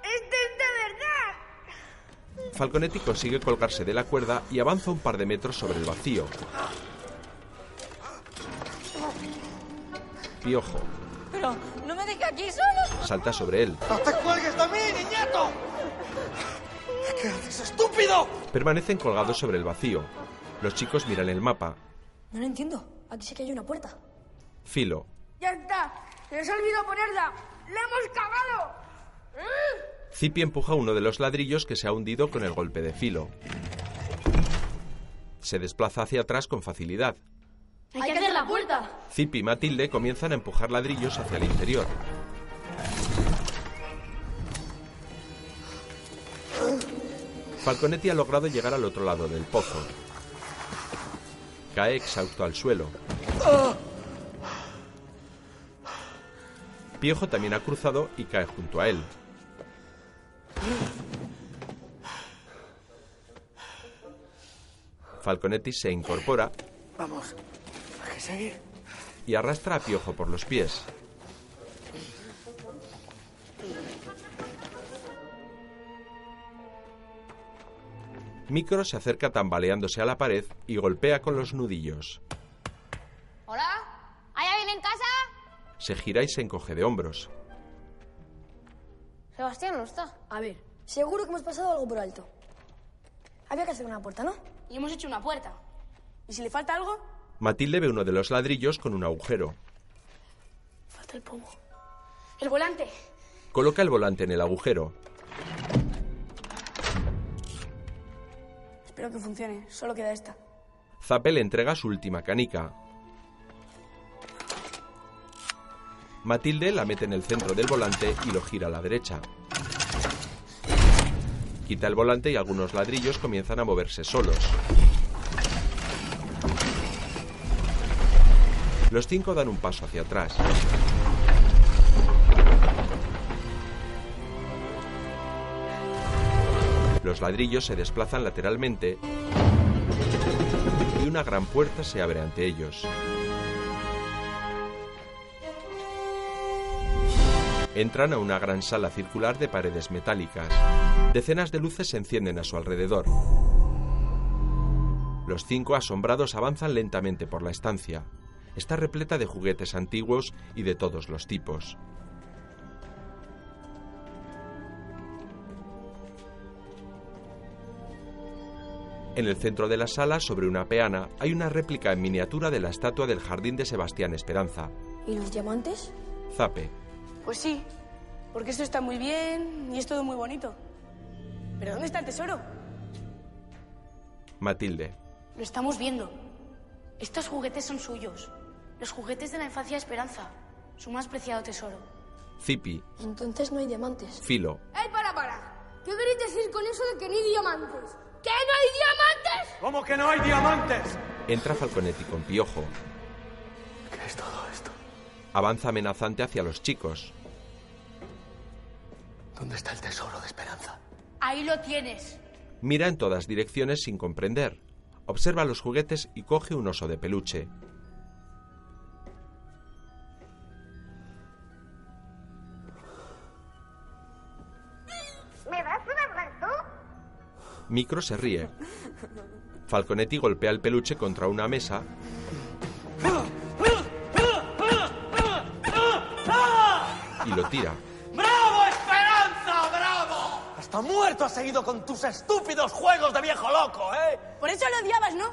¡Este es de verdad! Falconetti consigue colgarse de la cuerda y avanza un par de metros sobre el vacío. Piojo Pero no me dejes aquí solo. salta sobre él. ¡No te cuelgues de mí, niñato! ¿Qué haces, estúpido? Permanecen colgados sobre el vacío. Los chicos miran el mapa. No lo entiendo. Aquí sí que hay una puerta. Filo ¡Ya está! ¡Se les ha olvidado ponerla! ¡La hemos cagado! Zipi empuja uno de los ladrillos que se ha hundido con el golpe de filo. Se desplaza hacia atrás con facilidad. ¡Hay, que hacer la puerta! Zipi y Matilde comienzan a empujar ladrillos hacia el interior. Falconetti ha logrado llegar al otro lado del pozo. Cae exhausto al suelo. Piojo también ha cruzado y cae junto a él. Falconetti se incorpora Vamos, hay que seguir. y arrastra a Piojo por los pies. Micro se acerca tambaleándose a la pared y golpea con los nudillos. ¿Hola? ¿Hay alguien en casa? Se gira y se encoge de hombros. Sebastián no está. A ver, seguro que hemos pasado algo por alto. Había que hacer una puerta, ¿no? Y hemos hecho una puerta. ¿Y si le falta algo? Matilde ve uno de los ladrillos con un agujero. Falta el pomo. El volante. Coloca el volante en el agujero. Espero que funcione. Solo queda esta. Zape le entrega su última canica. Matilde la mete en el centro del volante y lo gira a la derecha. Quita el volante y algunos ladrillos comienzan a moverse solos. Los cinco dan un paso hacia atrás. Los ladrillos se desplazan lateralmente y una gran puerta se abre ante ellos. Entran a una gran sala circular de paredes metálicas. Decenas de luces se encienden a su alrededor. Los cinco asombrados avanzan lentamente por la estancia. Está repleta de juguetes antiguos y de todos los tipos. En el centro de la sala, sobre una peana, hay una réplica en miniatura de la estatua del jardín de Sebastián Esperanza. ¿Y los diamantes? Zape. Pues sí, porque esto está muy bien y es todo muy bonito. ¿Pero dónde está el tesoro? Matilde. Lo estamos viendo. Estos juguetes son suyos. Los juguetes de la infancia de Esperanza. Su más preciado tesoro. Zipi. Entonces no hay diamantes. Filo. ¡Ey, para, para! ¿Qué queréis decir con eso de que no hay diamantes? ¿Que no hay diamantes? ¿Cómo que no hay diamantes? Entra Falconetti con piojo. ¿Qué es todo esto? Avanza amenazante hacia los chicos. ¿Dónde está el tesoro de esperanza? Ahí lo tienes. Mira en todas direcciones sin comprender. Observa los juguetes y coge un oso de peluche. ¿Me vas a hablar tú? Micro se ríe. Falconetti golpea el peluche contra una mesa y lo tira. ¡Bravo, Hasta muerto has seguido con tus estúpidos juegos de viejo loco, ¿eh? Por eso lo odiabas, ¿no?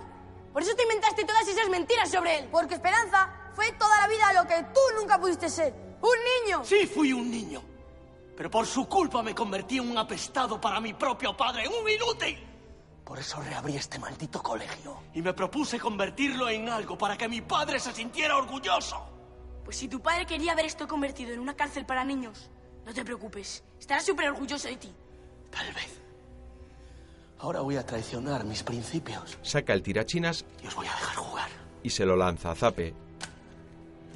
Por eso te inventaste todas esas mentiras sobre él. Porque Esperanza fue toda la vida lo que tú nunca pudiste ser. ¡Un niño! Sí, fui un niño. Pero por su culpa me convertí en un apestado para mi propio padre, un inútil. Por eso reabrí este maldito colegio. Y me propuse convertirlo en algo para que mi padre se sintiera orgulloso. Pues si tu padre quería ver esto convertido en una cárcel para niños, no te preocupes. Estará súper orgulloso de ti. Tal vez. Ahora voy a traicionar mis principios. Saca el tirachinas Y os voy a dejar jugar. y se lo lanza a Zape.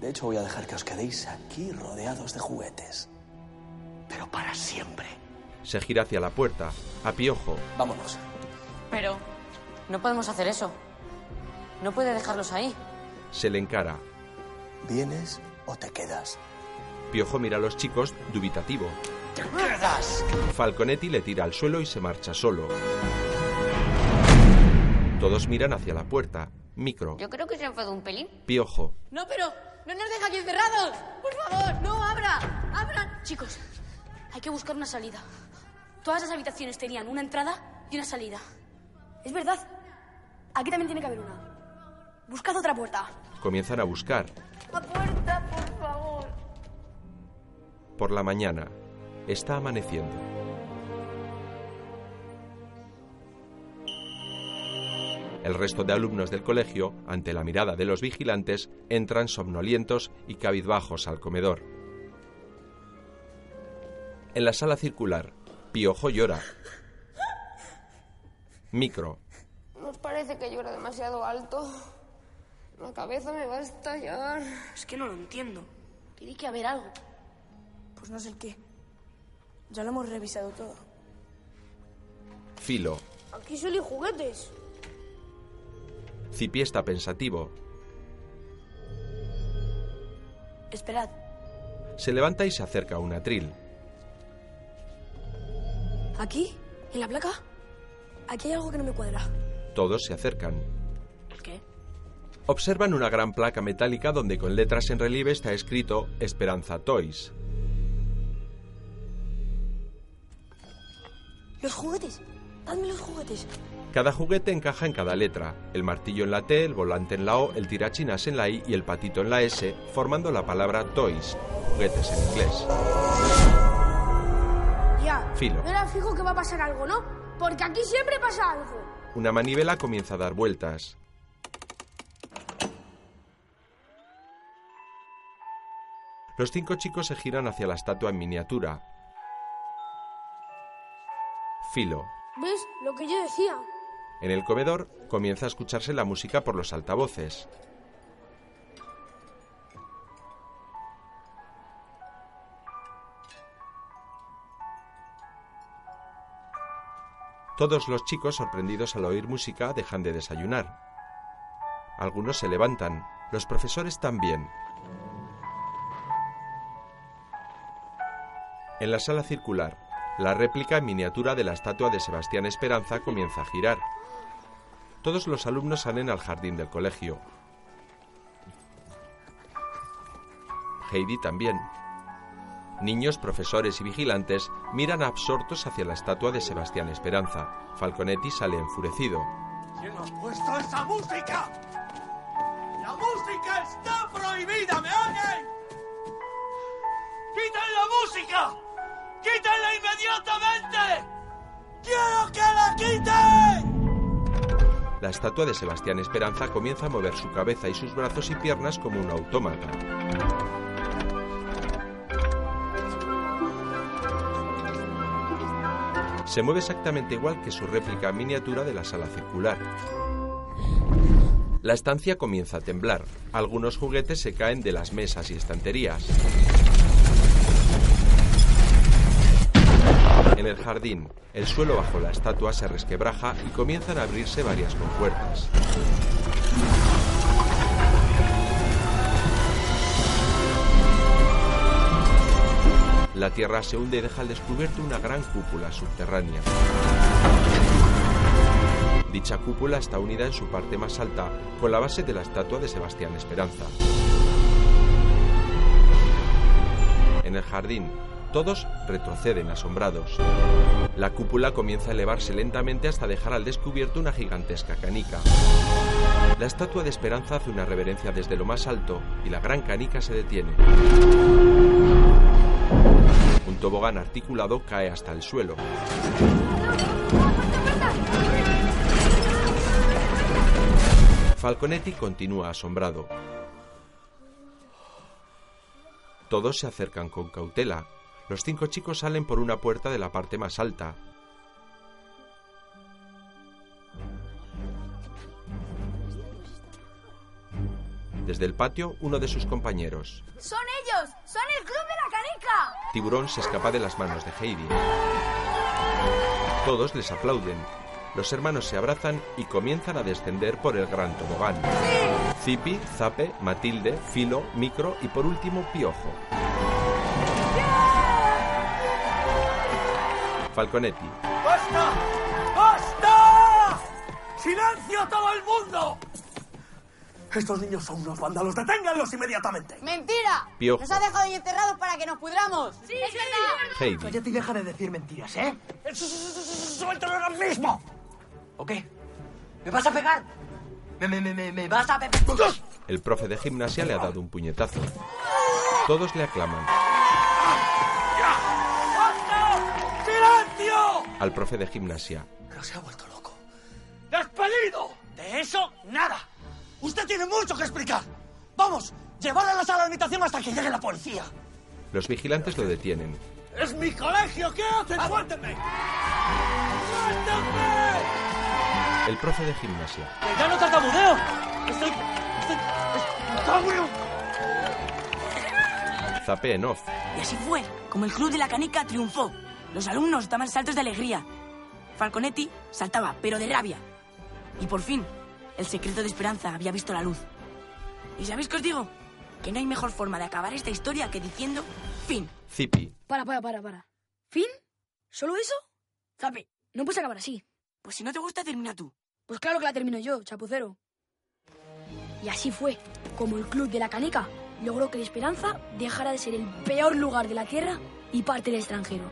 De hecho, voy a dejar que os quedéis aquí rodeados de juguetes. Pero para siempre. Se gira hacia la puerta. A Piojo. Vámonos. Pero no podemos hacer eso. No puede dejarlos ahí. Se le encara. ¿Vienes o te quedas? Piojo mira a los chicos, dubitativo. ¡Te quedas! Falconetti le tira al suelo y se marcha solo. Todos miran hacia la puerta. Micro. Yo creo que se enfadó un pelín. Piojo. No, pero no nos deja aquí encerrados. Por favor, no abra. Abran. Chicos, hay que buscar una salida. Todas las habitaciones tenían una entrada y una salida. Es verdad. Aquí también tiene que haber una. Buscad otra puerta. Comienzan a buscar. La puerta, por favor. Por la mañana. Está amaneciendo. El resto de alumnos del colegio, ante la mirada de los vigilantes, entran somnolientos y cabizbajos al comedor. En la sala circular, Piojo llora. Micro, Nos parece que llora demasiado alto. La cabeza me va a estallar. Es que no lo entiendo. Tiene que haber algo. Pues no sé el qué. Ya lo hemos revisado todo. Filo, Aquí solo hay juguetes. Cipi está pensativo. Esperad. Se levanta y se acerca a un atril. ¿Aquí? ¿En la placa? Aquí hay algo que no me cuadra. Todos se acercan. ¿Qué? Observan una gran placa metálica donde con letras en relieve está escrito Esperanza Toys. Los juguetes. Dadme los juguetes. Cada juguete encaja en cada letra, el martillo en la T, el volante en la O, el tirachinas en la I y el patito en la S, formando la palabra toys, juguetes en inglés. Ya. Filo. Era fijo que va a pasar algo, ¿no? Porque aquí siempre pasa algo. Una manivela comienza a dar vueltas. Los cinco chicos se giran hacia la estatua en miniatura. Filo. ¿Ves lo que yo decía? En el comedor comienza a escucharse la música por los altavoces. Todos los chicos, sorprendidos al oír música, dejan de desayunar. Algunos se levantan, los profesores también. En la sala circular, la réplica en miniatura de la estatua de Sebastián Esperanza comienza a girar. Todos los alumnos salen al jardín del colegio. Heidi también. Niños, profesores y vigilantes miran absortos hacia la estatua de Sebastián Esperanza. Falconetti sale enfurecido. ¿Quién ha puesto esa música? ¡La música está prohibida! ¿Me oyen? ¡Quiten la música! ¡Quítenla inmediatamente! ¡Quiero que la quiten! La estatua de Sebastián Esperanza comienza a mover su cabeza y sus brazos y piernas como un autómata. Se mueve exactamente igual que su réplica en miniatura de la sala circular. La estancia comienza a temblar. Algunos juguetes se caen de las mesas y estanterías. En el jardín, el suelo bajo la estatua se resquebraja y comienzan a abrirse varias compuertas. La tierra se hunde y deja al descubierto una gran cúpula subterránea. Dicha cúpula está unida en su parte más alta con la base de la estatua de Sebastián Esperanza. En el jardín, Todos retroceden asombrados. La cúpula comienza a elevarse lentamente hasta dejar al descubierto una gigantesca canica. La estatua de Esperanza hace una reverencia desde lo más alto y la gran canica se detiene. Un tobogán articulado cae hasta el suelo. Falconetti continúa asombrado. Todos se acercan con cautela. Los cinco chicos salen por una puerta de la parte más alta. Desde el patio, uno de sus compañeros, ¡Son ellos! ¡Son el club de la canica! Tiburón, se escapa de las manos de Heidi. Todos les aplauden. Los hermanos se abrazan y comienzan a descender por el gran tobogán. Zipi, Zape, Matilde, Filo, Micro y por último Piojo. Falconetti, ¡Basta! ¡Basta! ¡Silencio todo el mundo! Estos niños son unos vándalos. ¡Deténganlos inmediatamente! ¡Mentira! Piojo. Nos ha dejado ahí encerrados para que nos pudramos. ¡Sí, es verdad! Heidi, Cállate y deja de decir mentiras, ¿eh? ¡Suéltalo ahora mismo! ¿O qué? ¿Me vas a pegar? ¿Me, me, me, me, me vas a pegar? el profe de gimnasia le ha dado un puñetazo. Todos le aclaman. ¡Basta! ¡Silencio! Al profe de gimnasia, Pero se ha vuelto loco. ¡Despedido! De eso, nada. Usted tiene mucho que explicar. Vamos, llevar a la sala de habitación hasta que llegue la policía. los vigilantes lo detienen. ¡Es mi colegio! ¿Qué hacen? ¡Suéltenme! ¡Suéltenme! El profe de gimnasia, ¡Que ya no tartamudeo! ¡Estoy... estoy... estoy... Zape en off. Y así fue, como el club de la canica triunfó. Los alumnos daban saltos de alegría. Falconetti saltaba, pero de rabia. Y por fin, el secreto de esperanza había visto la luz. ¿Y sabéis qué os digo? Que no hay mejor forma de acabar esta historia que diciendo fin. Zipi, Para, para, para, para. ¿Fin? ¿Solo eso? Zape, no puedes acabar así. Pues si no te gusta, termina tú. Pues claro que la termino yo, chapucero. Y así fue, como el club de la canica logró que la esperanza dejara de ser el peor lugar de la Tierra y parte del extranjero.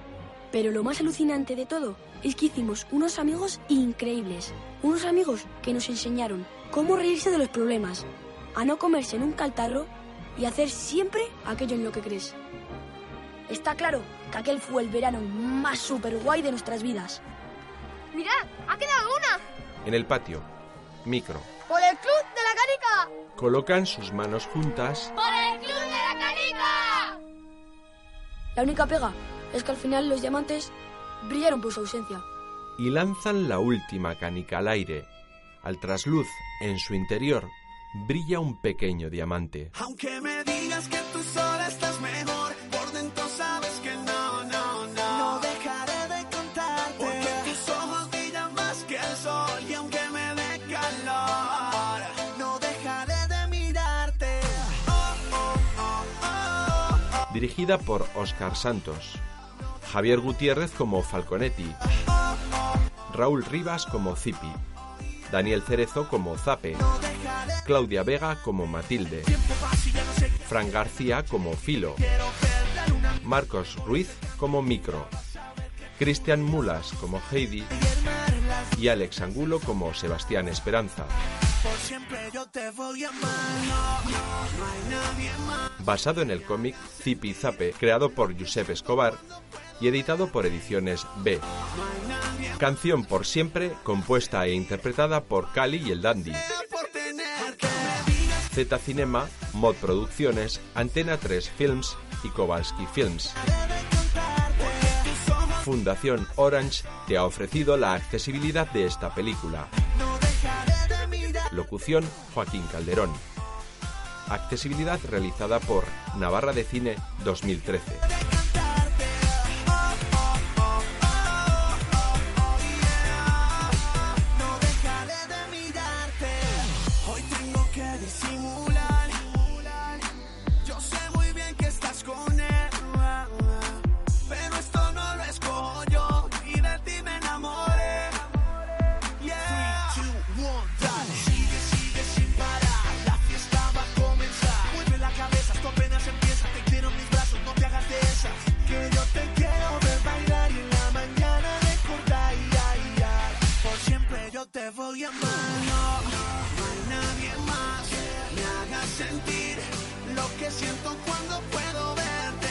Pero lo más alucinante de todo es que hicimos unos amigos increíbles. Unos amigos que nos enseñaron cómo reírse de los problemas, a no comerse en un caltarro y hacer siempre aquello en lo que crees. Está claro que aquel fue el verano más super guay de nuestras vidas. ¡Mirad! ¡Ha quedado una! en el patio, micro. ¡Por el club de la canica! Colocan sus manos juntas. ¡Por el club de la canica! La única pega es que al final los diamantes brillaron por su ausencia. y lanzan la última canica al aire. Al trasluz, en su interior, brilla un pequeño diamante. Aunque me digas que tú sola estás mejor, por dentro sabes que no, no, no. No dejaré de contarte. Porque tus ojos brillan más que el sol y aunque me dé calor, no dejaré de mirarte. Dirigida por Óscar Santos. Javier Gutiérrez como Falconetti. Raúl Rivas como Zipi. Daniel Cerezo como Zape. Claudia Vega como Matilde. Fran García como Filo. Marcos Ruiz como Micro. Cristian Mulas como Heidi. Y Alex Angulo como Sebastián Esperanza. Por siempre yo te voy a amar. No, no hay nadie más. basado en el cómic Zipi Zape, creado por Josep Escobar y editado por Ediciones B. Canción por siempre, compuesta e interpretada por Cali y el Dandy. Z Cinema, Mod Producciones, Antena 3 Films y Kowalski Films. Fundación Orange te ha ofrecido la accesibilidad de esta película. Locución Joaquín Calderón. Accesibilidad realizada por Navarra de Cine 2013. No dejaré de mirarte. Hoy tengo que disimular. Yo sé muy bien que estás con él. Pero esto no lo escojo yo. Y de ti me enamoré. Yeah. Three, two, one, dale. Sigue, sigue sin parar. La fiesta va a comenzar. Mueve la cabeza, esto apenas empieza. Te quiero en mis brazos, no te hagas de esa. te voy a amar, no, no hay nadie más que me haga sentir lo que siento cuando puedo verte.